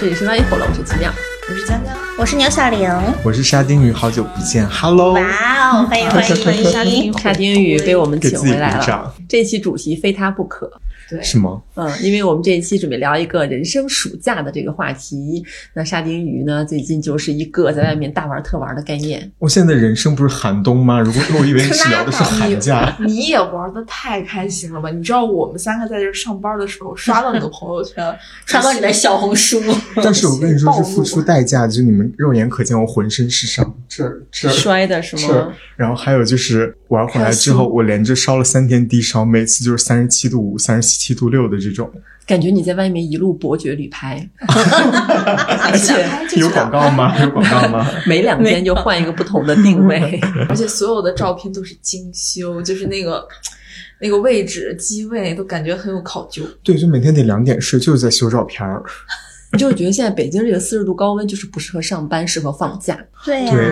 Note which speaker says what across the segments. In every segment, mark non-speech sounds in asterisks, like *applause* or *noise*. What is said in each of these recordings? Speaker 1: 这里是万一火了，我是秦亮。
Speaker 2: 我是江江，
Speaker 3: 我是牛小玲。
Speaker 4: 我是沙丁鱼，好久不见，Hello，
Speaker 3: 哇哦，欢迎欢迎
Speaker 2: 欢迎沙丁鱼
Speaker 1: 沙丁鱼被我们
Speaker 4: 给
Speaker 1: 请
Speaker 4: 自己
Speaker 1: 回
Speaker 4: 鼓
Speaker 1: 来了。
Speaker 4: 掌，
Speaker 1: 这期主题非他不可，
Speaker 2: 对，
Speaker 4: 是吗？
Speaker 1: 嗯，因为我们这一期准备聊一个人生暑假的这个话题。那沙丁鱼呢，最近就是一个在外面大玩特玩的概念。
Speaker 4: 我现在的人生不是寒冬吗？如果我以为是聊的是寒
Speaker 1: 啊
Speaker 4: 假，
Speaker 2: 你也玩的太开心了吧？你知道我们三个在这儿上班的时候，刷到你的朋友圈，
Speaker 3: *laughs* 刷到你的小红书，
Speaker 4: 但是我跟你说是付出代价，就你们肉眼可见，我浑身是伤，这儿这儿
Speaker 1: 摔的是
Speaker 4: 这儿？，然后还有就是玩回来之后，我连着烧了三天低烧，每次就是三十七度五、三十七度六的这种，
Speaker 1: 感觉你在外面一路伯爵旅拍，而
Speaker 2: 而
Speaker 1: 且
Speaker 4: 有广告吗？有广告吗？
Speaker 1: 每两天就换一个不同的定位。
Speaker 2: 而且所有的照片都是精修，就是那个那个位置、机位都感觉很有考究。
Speaker 4: *laughs* 对，就每天得两点睡，就是在修照片儿。
Speaker 1: *laughs* 你就觉得现在北京这个四十度高温就是不适合上班，适合放假。
Speaker 3: 对呀、
Speaker 4: 对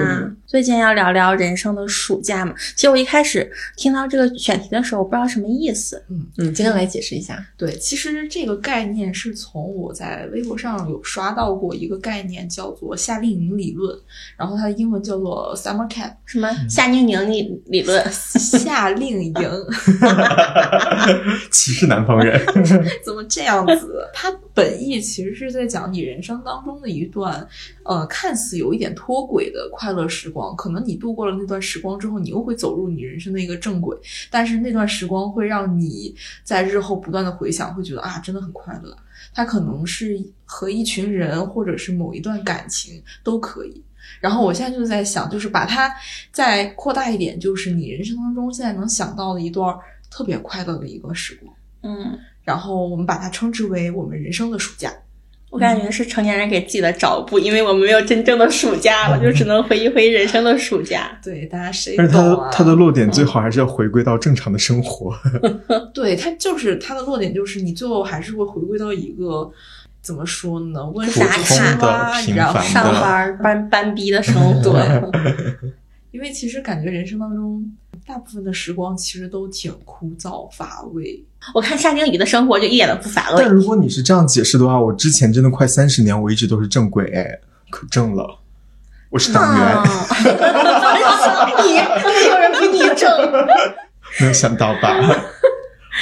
Speaker 3: 所以今天要聊聊人生的暑假嘛。其实我一开始听到这个选题的时候，我不知道什么意思。
Speaker 1: 嗯，今天来解释一下。
Speaker 2: 对，其实这个概念是从我在微博上有刷到过一个概念，叫做夏令营理论，然后它的英文叫做 summer
Speaker 3: *laughs*
Speaker 2: camp，
Speaker 3: 什么夏宁宁理理论？
Speaker 2: 夏令营。
Speaker 4: *laughs* 歧视南方
Speaker 1: *laughs*
Speaker 4: 人，
Speaker 2: *laughs* 怎么这样子？它本意其实是在讲你人生当中的一段，呃，看似有一点脱轨的快乐时光。可能你度过了那段时光之后，你又会走入你人生的一个正轨，但是那段时光会让你在日后不断的回想，会觉得啊，真的很快乐。它可能是和一群人，或者是某一段感情都可以。然后我现在就在想，就是把它再扩大一点，就是你人生当中现在能想到的一段特别快乐的一个时光。
Speaker 3: 嗯，
Speaker 2: 然后我们把它称之为我们人生的暑假。
Speaker 3: 我感觉是成年人给自己的找补，因为我们没有真正的暑假了，就只能回忆回忆人生的暑假。
Speaker 2: 对，大家谁
Speaker 4: 但是他
Speaker 2: 懂
Speaker 4: 的
Speaker 2: 啊？
Speaker 4: 他的落点最好还是要回归到正常的生活。
Speaker 2: 对它就是它的落点，就是你最后还是会回归到一个怎么说呢，温
Speaker 4: 普
Speaker 2: 水煮青
Speaker 4: 通的
Speaker 2: 蛙，
Speaker 4: 平
Speaker 2: 然后
Speaker 4: 凡
Speaker 3: 上
Speaker 4: 的
Speaker 3: 班儿班班逼的生活，
Speaker 2: 对，因为其实感觉人生当中大部分的时光其实都挺枯燥乏味。
Speaker 3: *laughs* 我看夏丁宇的生活就一点都不乏味
Speaker 4: 但。如果你是这样解释的话，我之前真的快三十年，我一直都是正轨，哎，可正了。我是党
Speaker 3: *laughs*
Speaker 4: 员，
Speaker 3: 啊你没有人比你正。
Speaker 4: 没有想到吧？ *laughs*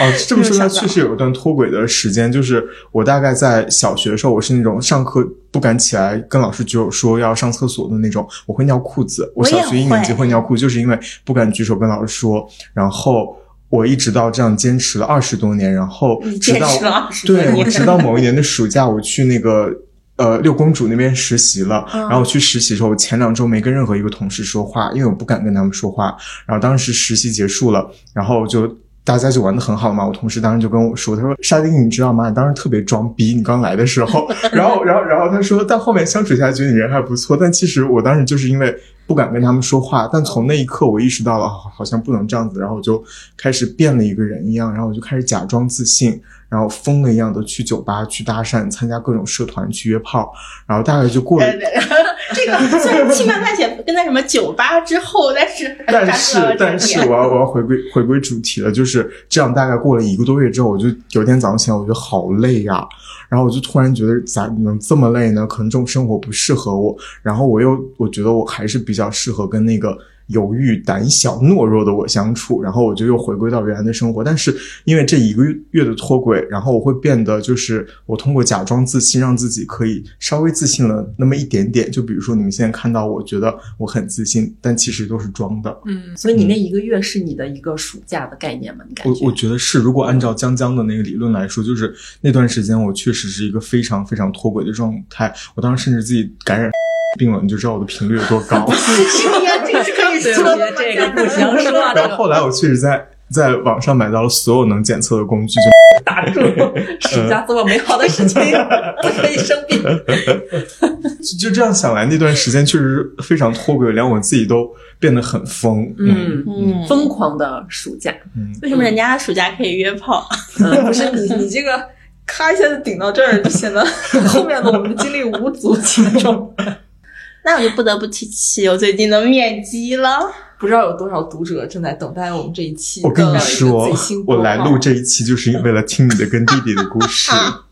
Speaker 4: 哦，这么说
Speaker 3: 没
Speaker 4: 来，
Speaker 3: 有想到
Speaker 4: 确实有一段脱轨的时间，就是我大概在小学的时候，我是那种上课不敢起来跟老师举手说要上厕所的那种，我会尿裤子。我
Speaker 3: 我也
Speaker 4: 小学一年级
Speaker 3: 会
Speaker 4: 会尿裤，就是因为不敢举手跟老师说。然后我一直到这样坚持了二十多年，然后
Speaker 3: 你
Speaker 4: 直
Speaker 3: 坚
Speaker 4: 到
Speaker 3: 持了二十多
Speaker 4: 对，我
Speaker 3: 年，
Speaker 4: 直到某一年的暑假，我去那个呃六公主那边实习了。
Speaker 3: 嗯
Speaker 4: 然后我去实习的时候，我前两周没跟任何一个同事说话，因为我不敢跟他们说话。然后当时实习结束了，然后就。大家就玩的很好嘛，我同事当时就跟我说，他说沙丁，你知道吗？你当时特别装逼，你刚来的时候， *laughs* 然后，然后，然后他说，但后面相处下来觉得你人还不错，但其实我当时就是因为不敢跟他们说话，但从那一刻我意识到了，好好像不能这样子，然后我就开始变了一个人一样，然后我就开始假装自信，然后疯了一样的去酒吧去搭讪，参加各种社团去约炮，然后大概就过了
Speaker 3: 对。对
Speaker 4: *laughs*
Speaker 3: 对这个虽然轻描淡写跟在什么酒吧之后，但是
Speaker 4: *laughs* 但是
Speaker 3: 达到了，这
Speaker 4: 但
Speaker 3: 一
Speaker 4: 是，
Speaker 3: 点
Speaker 4: 我要我要回归回归主题了，就是这样。大概过了一个多月之后，我就有一天早上起来，我觉得好累呀、然后我就突然觉得咋能这么累呢？可能这种生活不适合我。然后我又我觉得我还是比较适合跟那个犹豫、胆小、懦弱的我相处。然后我就又回归到原来的生活。但是因为这一个月的脱轨，然后我会变得就是我通过假装自信，让自己可以稍微自信了那么一点点。就比如说你们现在看到我觉得我很自信，但其实都是装的。
Speaker 2: 嗯，
Speaker 1: 所以你那一个月是你的一个暑假的概念吗？你感
Speaker 4: 我
Speaker 1: 觉？
Speaker 4: 我觉得是，如果按照江江的那个理论来说，就是那段时间我确实是一个非常非常脱轨的状态。我当时甚至自己感染病了，你就知道我的频率有多高。
Speaker 1: *laughs*
Speaker 3: 这个是可以
Speaker 1: 对，
Speaker 3: 说
Speaker 1: 我觉
Speaker 3: 的
Speaker 1: 得
Speaker 3: 吗
Speaker 1: 这个不行，说到这
Speaker 4: *laughs* 然后
Speaker 1: 个
Speaker 4: 后来我确实在在网上买到了所有能检测的工具，
Speaker 1: 打住，
Speaker 4: 呃
Speaker 1: 暑假做美好的事
Speaker 4: *laughs*
Speaker 1: 情，不可以生病。
Speaker 4: 就就就这样想来，那段时间确实非常脱轨，连我自己都变得很疯。
Speaker 1: 嗯，
Speaker 3: 嗯，
Speaker 1: 疯狂的暑假，
Speaker 4: 嗯，
Speaker 3: 为什么人家暑假可以约炮？ *laughs*
Speaker 1: 嗯，
Speaker 2: 不是你你这个咔一下子顶到这儿，就
Speaker 4: *laughs*
Speaker 2: 显得后面的我们经历无足轻重。
Speaker 3: 那我就不得不提起我最近的面基了。
Speaker 2: 不知道有多少读者正在等待我们这一期
Speaker 4: 我
Speaker 2: 的
Speaker 4: 跟你
Speaker 2: 最
Speaker 4: 说
Speaker 2: 新，播
Speaker 4: 我来
Speaker 2: 报
Speaker 4: 录这一期就是为了听你的跟弟弟的故事。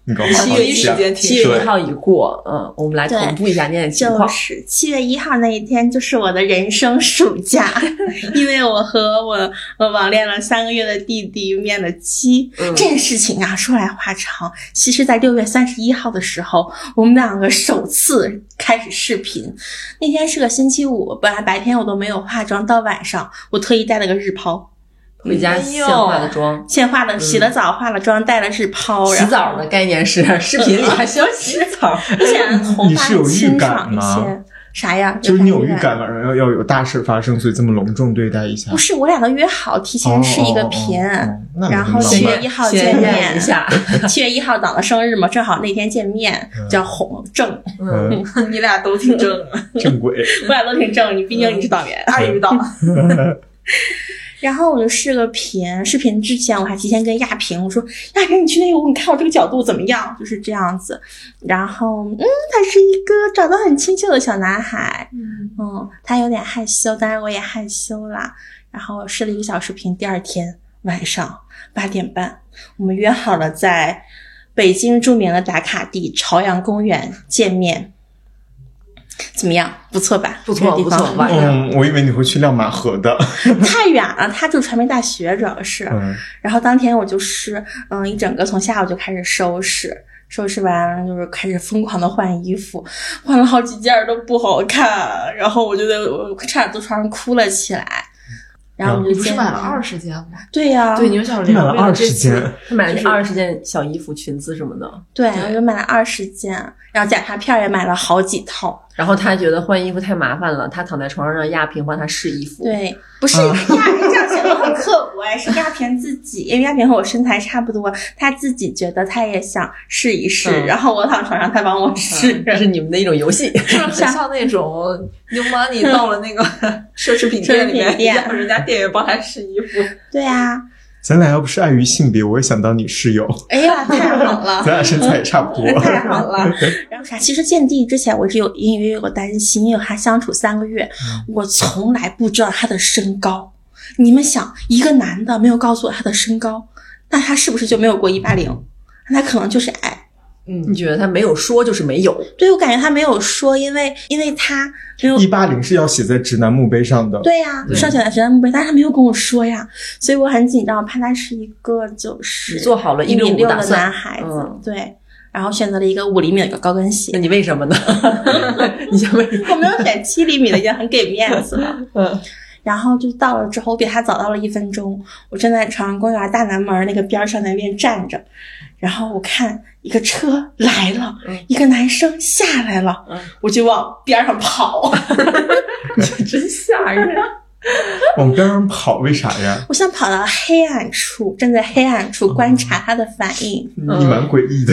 Speaker 4: 那个话
Speaker 2: 七
Speaker 4: 好
Speaker 2: 月一
Speaker 4: 像
Speaker 2: 时间停
Speaker 1: 七月一
Speaker 4: 对
Speaker 1: 号已过，嗯，我们来
Speaker 3: 对
Speaker 1: 同步一下现在情
Speaker 3: 就
Speaker 1: 况。
Speaker 3: 是七月一号那一天，就是我的人生暑假， *laughs* 因为我和我我网恋了三个月的弟弟面了基。
Speaker 1: 嗯
Speaker 3: 这个事情啊，说来话长。其实，在六月三十一号的时候，我们两个首次开始视频。那天是个星期五，本来白天我都没有化妆，到晚上我特意带了个日抛，
Speaker 1: 回家
Speaker 2: 哎
Speaker 1: 现
Speaker 2: 呦
Speaker 1: 化的妆，
Speaker 3: 先化了，洗了澡，化了妆，带了日抛，
Speaker 1: 洗
Speaker 3: 然后
Speaker 1: 澡的概念是
Speaker 3: 哎
Speaker 1: 视频里还需要洗澡，
Speaker 3: 你想头
Speaker 4: 你
Speaker 3: 发
Speaker 4: 是有预
Speaker 3: 啊清
Speaker 4: 感
Speaker 3: 爽一
Speaker 4: 吗
Speaker 3: 些，啥呀？
Speaker 4: 就是你有预
Speaker 3: 啥
Speaker 4: 感晚上要要有大事发生，所以这么隆重对待一下
Speaker 3: 不。是，我俩都约好提前试一个频，
Speaker 4: 哦 *laughs* 哦哦哦那
Speaker 3: 然后
Speaker 4: 很
Speaker 3: 七
Speaker 4: 浪
Speaker 3: 月
Speaker 4: 漫
Speaker 3: 一号见
Speaker 1: 先
Speaker 3: 面
Speaker 1: 验一，下。
Speaker 3: 七月一号党的生日嘛，正好那天见面，叫红正，
Speaker 1: 嗯，
Speaker 2: *laughs*
Speaker 4: 嗯
Speaker 2: *laughs* 你俩都挺正
Speaker 4: *laughs*
Speaker 2: 的，
Speaker 4: 正轨，
Speaker 3: 我俩都挺正，你毕竟你是党员。
Speaker 2: 爱
Speaker 4: 嗯
Speaker 2: *laughs* 遇到。
Speaker 3: 然后我就试个频，视频之前我还提前跟亚萍我说，亚萍你去那屋，你看我这个角度怎么样？就是这样子。然后嗯，他是一个长得很清秀的小男孩，嗯，他有点害羞，当然我也害羞啦。然后试了一个小视频，第二天晚上八点半，我们约好了在北京著名的打卡地朝阳公园见面。怎么样？不错吧？
Speaker 1: 不错
Speaker 3: 这个地方
Speaker 1: 不错晚上
Speaker 4: 嗯，我以为你会去亮马河的，
Speaker 3: 太远了，他住传媒大学，主要是。
Speaker 4: 嗯，
Speaker 3: 然后当天我就是，嗯，一整个从下午就开始收拾，收拾完了就是开始疯狂的换衣服，换了好几件儿都不好看，然后我觉得我差点坐床上哭了起来。然后我
Speaker 4: 嗯
Speaker 3: 们
Speaker 2: 啊你
Speaker 3: 就
Speaker 2: 不是
Speaker 3: 见
Speaker 2: 买
Speaker 3: 面
Speaker 2: 了二十件吗？
Speaker 3: 对啊呀、
Speaker 2: 对，牛小
Speaker 4: 你
Speaker 2: 玲
Speaker 4: 买了
Speaker 2: 为
Speaker 4: 二
Speaker 2: 这
Speaker 4: 十
Speaker 2: 次
Speaker 4: 件，
Speaker 1: 他买了
Speaker 3: 就是
Speaker 1: 那二十件小衣服、裙子什么的，
Speaker 3: 对，
Speaker 2: 对
Speaker 3: 我就买了二十件，然后假发片儿也买了好几套。
Speaker 1: 然后他觉得换衣服太麻烦了，他躺在床上让亚萍帮他试衣服。，
Speaker 3: 对，不是亚
Speaker 4: 嗯
Speaker 3: 萍这样显得很刻薄哎，是亚萍自己，因为亚萍和我身材差不多，她自己觉得她也想试一试，
Speaker 1: 嗯
Speaker 3: 然后我躺床上，她帮我试。
Speaker 2: 嗯
Speaker 1: 这是你们的一种游
Speaker 3: *laughs*
Speaker 1: 戏。
Speaker 2: 是
Speaker 4: 嗯
Speaker 2: *laughs* 不是很像那种 New Money 到了那个 *laughs* 奢侈品店
Speaker 3: 奢侈
Speaker 2: 里面，
Speaker 3: 品店
Speaker 2: 让人家店员帮他试衣服？
Speaker 3: 对啊，
Speaker 4: 咱俩要不是碍于性别，我也想当你室友，
Speaker 3: 哎呀，太好
Speaker 4: *laughs*
Speaker 3: 了
Speaker 4: 咱俩身材也差不
Speaker 3: *laughs*
Speaker 4: 多。
Speaker 3: 太好了。然后啥？其实见弟之前，我是有隐约有个担心，因为和他相处三个月，
Speaker 1: 嗯
Speaker 3: 我从来不知道他的身高。你们想，一个男的没有告诉我他的身高，那他是不是就没有过一八零？那他可能就是矮。
Speaker 1: 你
Speaker 2: *laughs* 嗯，
Speaker 1: 觉得他没有说就是没有，
Speaker 3: 对我感觉他没有说，因为因为他没有
Speaker 4: 一八零是要写在直男墓碑上的，
Speaker 3: 对啊呀、
Speaker 1: 对
Speaker 3: 上小学学目标，但是他没有跟我说呀，所以我很紧张，我怕他是一个就是
Speaker 1: 你做好了
Speaker 3: 一米
Speaker 1: 165
Speaker 3: 六
Speaker 1: 打
Speaker 3: 的
Speaker 1: 算
Speaker 3: 男孩子，
Speaker 1: 嗯
Speaker 3: 对，然后选择了一个五厘米的一个高跟
Speaker 1: 那
Speaker 3: 鞋。 *laughs*
Speaker 1: 你为什么呢？ *laughs* 你想为
Speaker 3: 我没有选七厘米的，已经很给面子了。
Speaker 1: 嗯，
Speaker 3: 然后就到了之后，我比他早到了一分钟。我站在朝阳公园大南门那个边儿上那边站着，然后我看一个车来了，
Speaker 1: 嗯
Speaker 3: 一个男生下来了，
Speaker 1: 嗯
Speaker 3: 我就往边上
Speaker 1: *laughs*
Speaker 3: 跑。
Speaker 1: 真吓人。
Speaker 4: 往边上跑，为啥呀？
Speaker 3: 我想跑到黑暗处，站在黑暗处观察他的反应。
Speaker 1: 嗯
Speaker 4: 你蛮诡异的，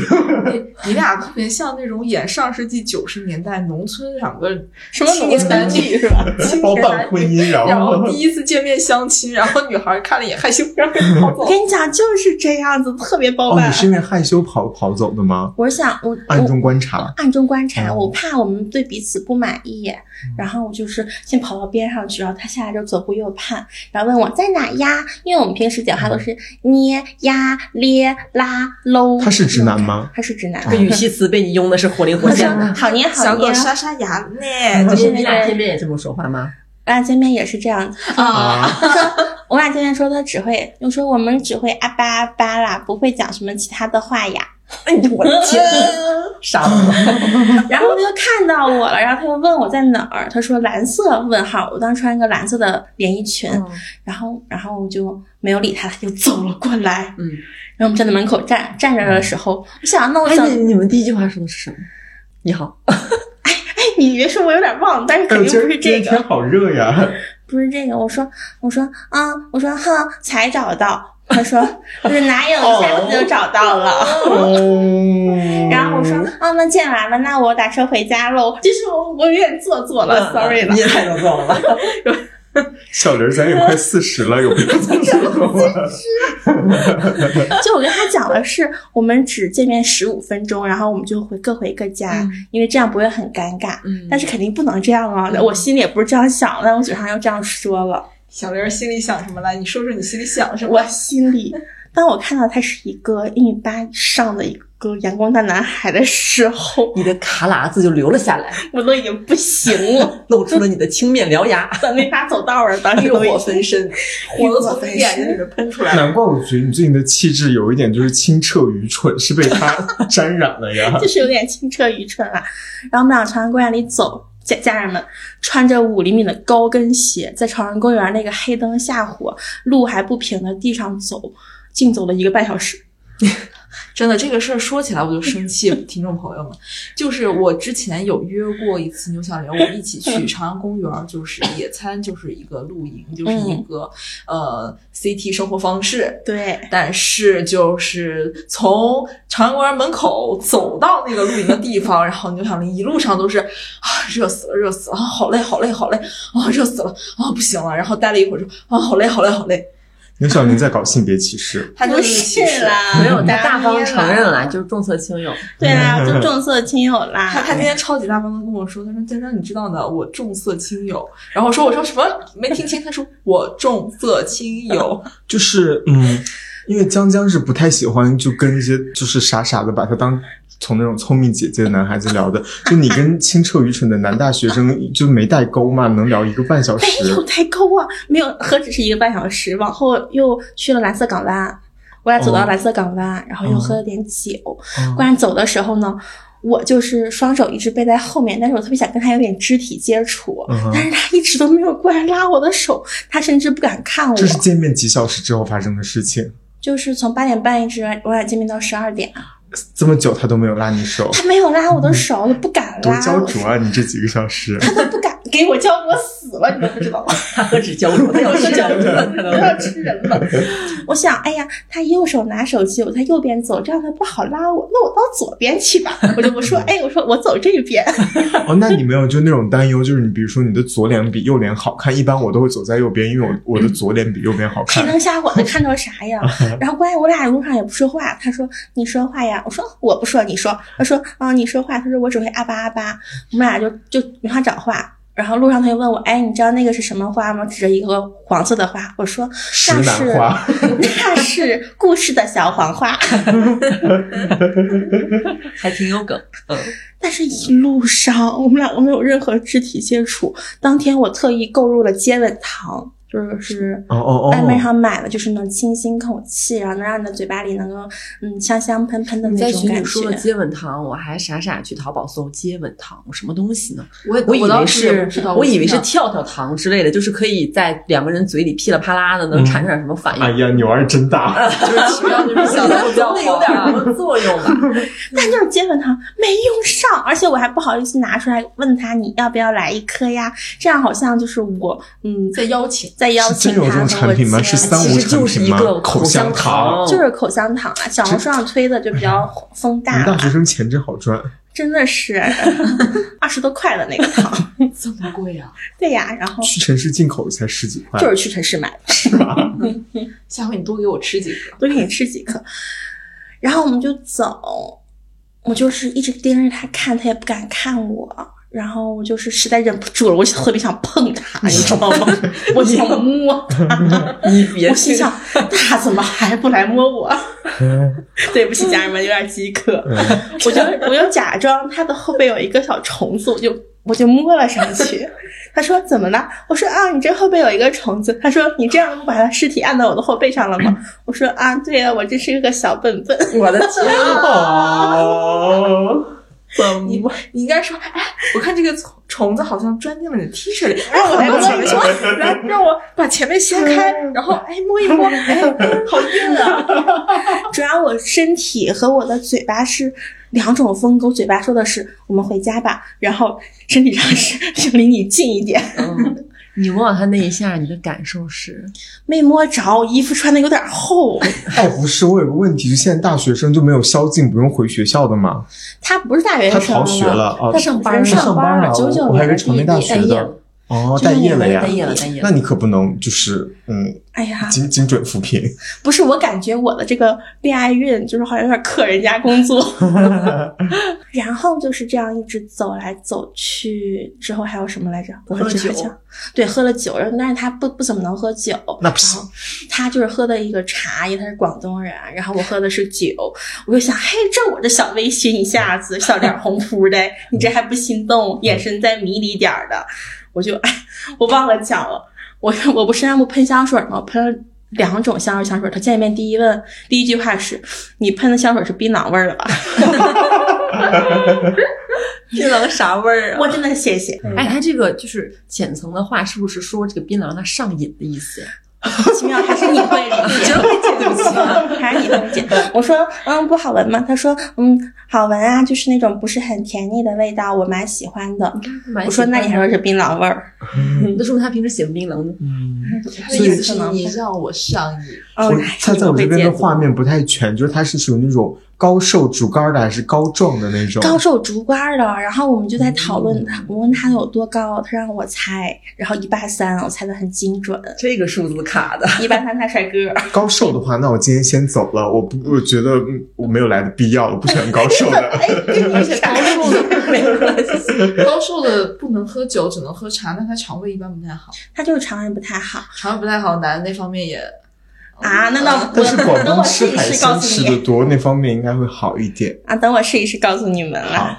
Speaker 2: 你你俩特别像那种演上世纪九十年代农村两个
Speaker 3: 什么农村剧是吧？
Speaker 4: *laughs*
Speaker 2: 青
Speaker 4: 包
Speaker 2: 年
Speaker 4: 办
Speaker 2: 男
Speaker 4: 婚
Speaker 2: 女，
Speaker 4: 姻，
Speaker 2: 然
Speaker 4: 然
Speaker 2: 后
Speaker 4: 后
Speaker 2: 第一次见面相亲，然后女孩看了也害羞，让人跑
Speaker 3: 我
Speaker 2: 走。
Speaker 3: 跟你讲，就是这样子，特别包
Speaker 4: 哦，
Speaker 3: 办。
Speaker 4: 你是因为啊害羞跑跑走的吗？
Speaker 3: 我想，我
Speaker 4: 暗中
Speaker 3: 我
Speaker 4: 观察，
Speaker 3: 暗中观察，
Speaker 4: 哦
Speaker 3: 我怕我们对彼此不满意，
Speaker 4: 嗯
Speaker 3: 然后我就是先跑到边上去，然后他下来就左顾右盼，然后问我在哪呀？因为我们平时讲话都是捏呀、咧、拉、喽。
Speaker 4: 他是直男吗？哦
Speaker 3: 他是直男。
Speaker 1: 这语气词被你用的是火灵活现的。
Speaker 3: 好啊捏好
Speaker 2: 小
Speaker 3: 捏
Speaker 2: 狗，刷刷牙呢，
Speaker 1: 哎就
Speaker 2: 就是是
Speaker 1: 你俩见面也这么说话吗？
Speaker 3: 我俩见面也是这样子。
Speaker 2: 啊，
Speaker 4: 啊，
Speaker 3: 我俩见面说他只会，又说我们只会啊吧啊吧啦，不会讲什么其他的话呀。
Speaker 1: 哎呦，我的天， *laughs*
Speaker 2: 嗯
Speaker 1: 傻了。
Speaker 3: 然后他就看到我了，然后他就问我在哪儿，他说蓝色问号，我当时穿一个蓝色的连衣裙，
Speaker 2: 嗯
Speaker 3: 然后然后我就没有理他，他就走了过来，
Speaker 1: 嗯，
Speaker 3: 然后我们站在门口站站着的时候，我想那我
Speaker 1: *laughs* 哎
Speaker 3: 想，，
Speaker 1: 那你们第一句话说的是什么？你 *laughs* 好，
Speaker 3: 哎，你别说，我有点忘了，但是
Speaker 4: 哎
Speaker 3: 肯定
Speaker 4: 呦
Speaker 3: 不
Speaker 4: 今儿
Speaker 3: 是
Speaker 4: 今
Speaker 3: 这
Speaker 4: 儿
Speaker 3: 个，
Speaker 4: 天好热
Speaker 3: *laughs*
Speaker 4: 呀，
Speaker 3: 不是这个，我说我说啊，我说哼，才找到， *laughs* 他说我说哪有，一下子就找到了。
Speaker 1: 哦
Speaker 4: 哦，
Speaker 3: 然后我说，
Speaker 1: 嗯
Speaker 3: 啊，那见完了，那我打车回家喽。就是我，我有点做作
Speaker 1: 嗯
Speaker 3: 了、s o r r y 了
Speaker 1: 呃你。也太能做了吧？
Speaker 4: 小玲儿，咱也快四十了，有必要这么说吗？
Speaker 3: 就我跟他讲的是，我们只见面十五分钟，然后我们就回各回各家，
Speaker 2: 嗯
Speaker 3: 因为这样不会很尴尬。
Speaker 1: 嗯
Speaker 3: 但是肯定不能这样啊！
Speaker 2: 嗯
Speaker 3: 我心里也不是这样想，但我嘴上又这样说了。
Speaker 2: 小玲儿心里想什么来？你说说你心里想什么？
Speaker 3: 我心里，当我看到他是一个一米八以上的一个个《阳光大男孩》的时候，
Speaker 1: *laughs*
Speaker 3: *laughs*
Speaker 1: 你的卡喇子就流了下来，
Speaker 3: 我都已经不行了，
Speaker 1: 哦露出了你的青面獠牙。
Speaker 3: 咱没法走道了，当
Speaker 1: 哎 *laughs*
Speaker 3: 时
Speaker 2: 欲
Speaker 3: 都已
Speaker 2: 火
Speaker 3: 经
Speaker 2: 焚身，火都从你眼睛里面喷出来了。
Speaker 4: *laughs* 难怪我觉得你最近的气质有一点就是清澈愚蠢，是被他沾染了
Speaker 3: *laughs*
Speaker 4: 呀 *laughs*
Speaker 3: 就。是有点清澈愚蠢啦、然后我们俩朝阳公园里走，家家人们穿着五厘米的高跟鞋，在朝阳公园那个黑灯瞎火、路还不平的地上走，竞走了一个半小时。
Speaker 2: 真的，这个事儿说起来我就生 *laughs* 气，听众朋友们，就是我之前有约过一次牛小玲，我们一起去朝阳公园儿，就是野餐，就是一个露营，就是一个、呃 CT 生活方式。
Speaker 3: 对，
Speaker 2: 但是就是从朝阳公园门口走到那个露营的地方，然后牛小玲一路上都是啊热死了，热死了，啊好累，好累，好累，啊热死了，啊不行了，然后待了一会儿说啊好累，好累，好累，
Speaker 4: 牛小林在搞性别歧视，
Speaker 2: 他就
Speaker 3: 不
Speaker 2: 是
Speaker 3: 是
Speaker 2: 歧视。
Speaker 3: 啦，
Speaker 1: 没有，他
Speaker 3: 大
Speaker 1: 大方
Speaker 3: 咧
Speaker 1: 承认了，就是重色轻友。
Speaker 3: 对啊，就重
Speaker 2: *laughs*
Speaker 3: 色轻友啦。
Speaker 2: 他他今天超级大方的跟我说，他说佳佳你知道的，我重色轻友。然后我说我说什么没听清，他说我重色轻友。
Speaker 4: 就是嗯，因为江江是不太喜欢就跟一些就是傻傻的把他当。从那种聪明姐姐的男孩子聊的，就你跟清澈愚蠢的男大学生就没代沟嘛，能聊一个半小时。
Speaker 3: 哎没有代沟啊，没有，何止是一个半小时？往后又去了蓝色港湾，我俩走到
Speaker 4: 哦
Speaker 3: 蓝色港湾，然后又
Speaker 4: 嗯
Speaker 3: 喝了点酒。
Speaker 4: 嗯
Speaker 3: 关键走的时候呢，我就是双手一直背在后面，但是我特别想跟他有点肢体接触，
Speaker 4: 嗯哼
Speaker 3: 但是他一直都没有过来拉我的手，他甚至不敢看我。
Speaker 4: 这是见面几小时之后发生的事情，
Speaker 3: 就是从八点半一直我俩见面到十二点，
Speaker 4: 哦这么久他都没有拉你手，
Speaker 3: 他没有拉我的手，我不敢
Speaker 4: 多
Speaker 3: 拉，
Speaker 4: 嗯焦
Speaker 3: 我
Speaker 4: 灼啊！你这几个小时，
Speaker 3: 他不
Speaker 4: *laughs*
Speaker 3: 敢给我叫我死了，你都不知道 *laughs* 吗。
Speaker 1: 他何止 *laughs* 焦灼，他要吃人了，他都
Speaker 3: 不要吃人了。我想，哎呀，他右手拿手机，我在右边走，这样他不好拉我，那我到左边去吧。我就我说，哎，我说我走这边，
Speaker 4: *laughs* 哦，那你没有就那种担忧，就是你比如说你的左脸比右脸好看，一般我都会走在右边，因为我我的左脸比右边好
Speaker 3: 黑
Speaker 4: 看。
Speaker 3: 灯瞎火的看着啥呀？然后关键我俩路上也不说话，他说你说话呀，我说我不说，你说，他说啊、你说话，他说我只会啊吧啊吧，我们俩就就没话找话。然后路上他就问我，哎，你知道那个是什么花吗？指着一个黄色的花，我说
Speaker 4: 石
Speaker 3: 那是
Speaker 4: 楠花，
Speaker 3: 那是故事的小黄花。
Speaker 1: *laughs* 还挺有梗。嗯，
Speaker 3: 但是，一路上我们两个没有任何肢体接触。当天我特意购入了接吻糖，就是
Speaker 4: 哦哦
Speaker 3: 外卖
Speaker 4: 哦，
Speaker 3: 上买的，就是能清新口气，然后能让你的嘴巴里能够嗯香香喷喷的
Speaker 1: 你在
Speaker 3: 那种
Speaker 1: 群
Speaker 3: 感
Speaker 1: 里说了
Speaker 3: 觉。
Speaker 1: 接吻糖，我还傻傻去淘宝搜接吻糖，什么东西呢？
Speaker 2: 我
Speaker 1: *laughs* 我以为
Speaker 2: 当时也
Speaker 1: 是
Speaker 2: 不知道，
Speaker 1: 我以为是
Speaker 2: 心想
Speaker 1: 跳跳糖之类的，就是可以在两个人嘴里噼里啪啦的，能产生点什么反应。
Speaker 4: 哎呀，牛儿真大，
Speaker 2: 就是奇妙，就是想的比较
Speaker 1: 总得有点什
Speaker 2: 好。
Speaker 1: 么作用吧？ *laughs*
Speaker 3: 但就是接吻糖没用上，而且我还不好意思拿出来问他你要不要来一颗呀？这样好像就是我嗯
Speaker 2: 在邀请，
Speaker 3: 在邀
Speaker 4: 是
Speaker 3: 请
Speaker 4: 真有这
Speaker 3: 他
Speaker 4: 种
Speaker 3: 和
Speaker 4: 产
Speaker 3: 我接
Speaker 4: 品吗？是三无
Speaker 1: 其实就
Speaker 4: 产
Speaker 1: 是
Speaker 4: 品吗
Speaker 1: 一个？口香
Speaker 4: 香
Speaker 1: 糖
Speaker 3: 就是口香糖啊，小红书上推的就比较风
Speaker 4: 你们
Speaker 3: 大哦
Speaker 4: 大
Speaker 3: 了，
Speaker 4: 学生钱真好赚，
Speaker 3: 真的
Speaker 4: *laughs*
Speaker 3: 是二十多块的那个糖。
Speaker 2: 这么贵啊！
Speaker 3: 对呀，然后
Speaker 4: 去城市进口才十几块
Speaker 3: 就。是去城市买的，
Speaker 2: 下回你多给我吃几个。
Speaker 3: 多给你吃几颗。然后我们就走，我就是一直盯着他看，他也不敢看我。然后我就是实在忍不住了，我就特别想碰他，你知道吗？ *laughs* 我想摸他，
Speaker 1: *laughs* 你别
Speaker 3: 我心
Speaker 1: 去，
Speaker 3: 想他怎么还不来摸我？ *laughs*
Speaker 4: 嗯
Speaker 3: 对不起，家人们，有点饥渴。
Speaker 4: 嗯
Speaker 3: 我就我就假装他的后背有一个小虫子，我就我就摸了上去。他说怎么了？我说啊，你这后背有一个虫子。他说你这样不把他尸体按到我的后背上了吗？我说啊，对呀、我这是个小笨笨。
Speaker 1: 我的天
Speaker 4: *laughs*
Speaker 2: 啊
Speaker 4: 哦，
Speaker 1: 怎么
Speaker 2: 你你应该说，哎，我看这个虫虫子好像钻进了你的 T 恤里，
Speaker 3: 让我来摸
Speaker 2: 一
Speaker 3: 一摸，
Speaker 2: 来让我把前面掀开， *laughs* 然后哎摸一摸，哎，好硬啊！ *laughs*
Speaker 3: 主要我身体和我的嘴巴是两种风格，嘴巴说的是我们回家吧，然后身体上
Speaker 2: *laughs*
Speaker 3: 是想离你近一点。
Speaker 1: 嗯，你摸摸他那一下，你的感受是？
Speaker 3: 没摸着，衣服穿的有点
Speaker 2: *laughs*
Speaker 3: 厚。
Speaker 4: 哎，不是，我有个问题，就现在大学生就没有宵禁，不用回学校的吗？
Speaker 3: 他不是大学
Speaker 4: 他
Speaker 3: 生
Speaker 4: 逃学了啊！
Speaker 1: 他上班儿呢
Speaker 3: 上
Speaker 4: 上班
Speaker 3: 班
Speaker 4: 儿
Speaker 3: 了，
Speaker 4: 了哦
Speaker 3: 九九
Speaker 4: 我还
Speaker 3: 年
Speaker 4: 以为
Speaker 3: 的
Speaker 4: 成为
Speaker 3: 弟
Speaker 4: 大
Speaker 3: 弟
Speaker 4: 学的
Speaker 3: 哎呀
Speaker 4: 哦，
Speaker 3: 就
Speaker 4: 待
Speaker 3: 是
Speaker 4: 业
Speaker 3: 我
Speaker 4: 了呀，
Speaker 1: 待业了，待业
Speaker 4: 那
Speaker 1: 了。
Speaker 4: 你可不能就是嗯，
Speaker 3: 哎呀，
Speaker 4: 精精准扶贫。
Speaker 3: 不是，我感觉我的这个恋爱运就是好像有点克人家工
Speaker 4: *laughs*
Speaker 3: 作，然后就是这样一直走来走去，之后还有什么来着？我
Speaker 2: 喝了
Speaker 3: 只好
Speaker 2: 酒
Speaker 3: 像，对，喝了酒，然后但是他不不怎么能喝酒，
Speaker 4: 那不行
Speaker 3: 然后他就是喝的一个茶，因为他是广东人，然后我喝的是酒，我就想，嘿，这我这小微醺一下子，小脸红扑的，你这还不心动？眼神再迷离点儿的，我就，哎，我忘了讲了，我我不身上不喷香水吗？喷了两种香水香水，他见面第一问第一句话是：“你喷的香水是槟榔味儿了吧
Speaker 1: 槟榔啥味儿？”
Speaker 3: 我真的谢谢。
Speaker 1: 哎，他这个就是浅层的话，是不是说这个槟榔它上瘾的意思呀？
Speaker 3: 奇妙，还是你会 *laughs* 理解，真会解，对不起啊， *laughs* 还是你会解。我说，嗯，不好闻吗？他说，嗯，好闻啊，就是那种不是很甜腻的味道，我蛮喜欢的。
Speaker 1: 蛮
Speaker 3: 我说，
Speaker 1: 喜
Speaker 3: 那
Speaker 1: 欢
Speaker 3: 你还
Speaker 1: 的
Speaker 3: 说是槟榔味儿？
Speaker 1: 那说明他平时喜欢槟榔呢。
Speaker 4: 嗯，
Speaker 2: 他
Speaker 3: 所
Speaker 2: 的
Speaker 3: 以
Speaker 2: 意思是
Speaker 3: 可能
Speaker 2: 你让我上瘾，
Speaker 3: 哦
Speaker 4: 我，
Speaker 3: 还是
Speaker 4: 他在我
Speaker 3: 会
Speaker 4: 这边
Speaker 3: 解
Speaker 4: 的
Speaker 3: 读
Speaker 4: 画面不太全，就是他是属于那种高瘦竹竿的，还是高壮的那种？
Speaker 3: 高瘦竹竿儿的，然后我们就在讨论
Speaker 4: 嗯
Speaker 3: 他，我问他有多高，他让我猜，然后一八三，我猜的很精
Speaker 4: *laughs*
Speaker 3: 准，
Speaker 1: 这个数字卡的，
Speaker 3: 一八三太帅哥，
Speaker 4: 高瘦的话，那我今天先走了。我不，我觉得嗯我没有来的必要，我不喜欢高瘦
Speaker 3: *laughs*
Speaker 4: 的。
Speaker 3: 哎，跟你
Speaker 1: 而且高数的 *laughs* 没有关系。
Speaker 2: *laughs* 高瘦的不能喝酒，只能喝茶，那他肠胃一般不太好，
Speaker 3: 他就是肠胃不太好
Speaker 2: 肠胃不太好，男的那方面也呃
Speaker 3: 啊，那倒
Speaker 4: 哦但是
Speaker 3: 我
Speaker 4: 广
Speaker 3: *laughs* 等
Speaker 4: 东
Speaker 3: 我
Speaker 4: 吃
Speaker 3: 试一
Speaker 4: 海
Speaker 3: 试告
Speaker 4: 鲜
Speaker 3: 诉
Speaker 4: 吃
Speaker 3: 你
Speaker 4: 的多，那方面应该会好一点。
Speaker 3: 啊，等我试一试告诉你们啊了。
Speaker 4: 好，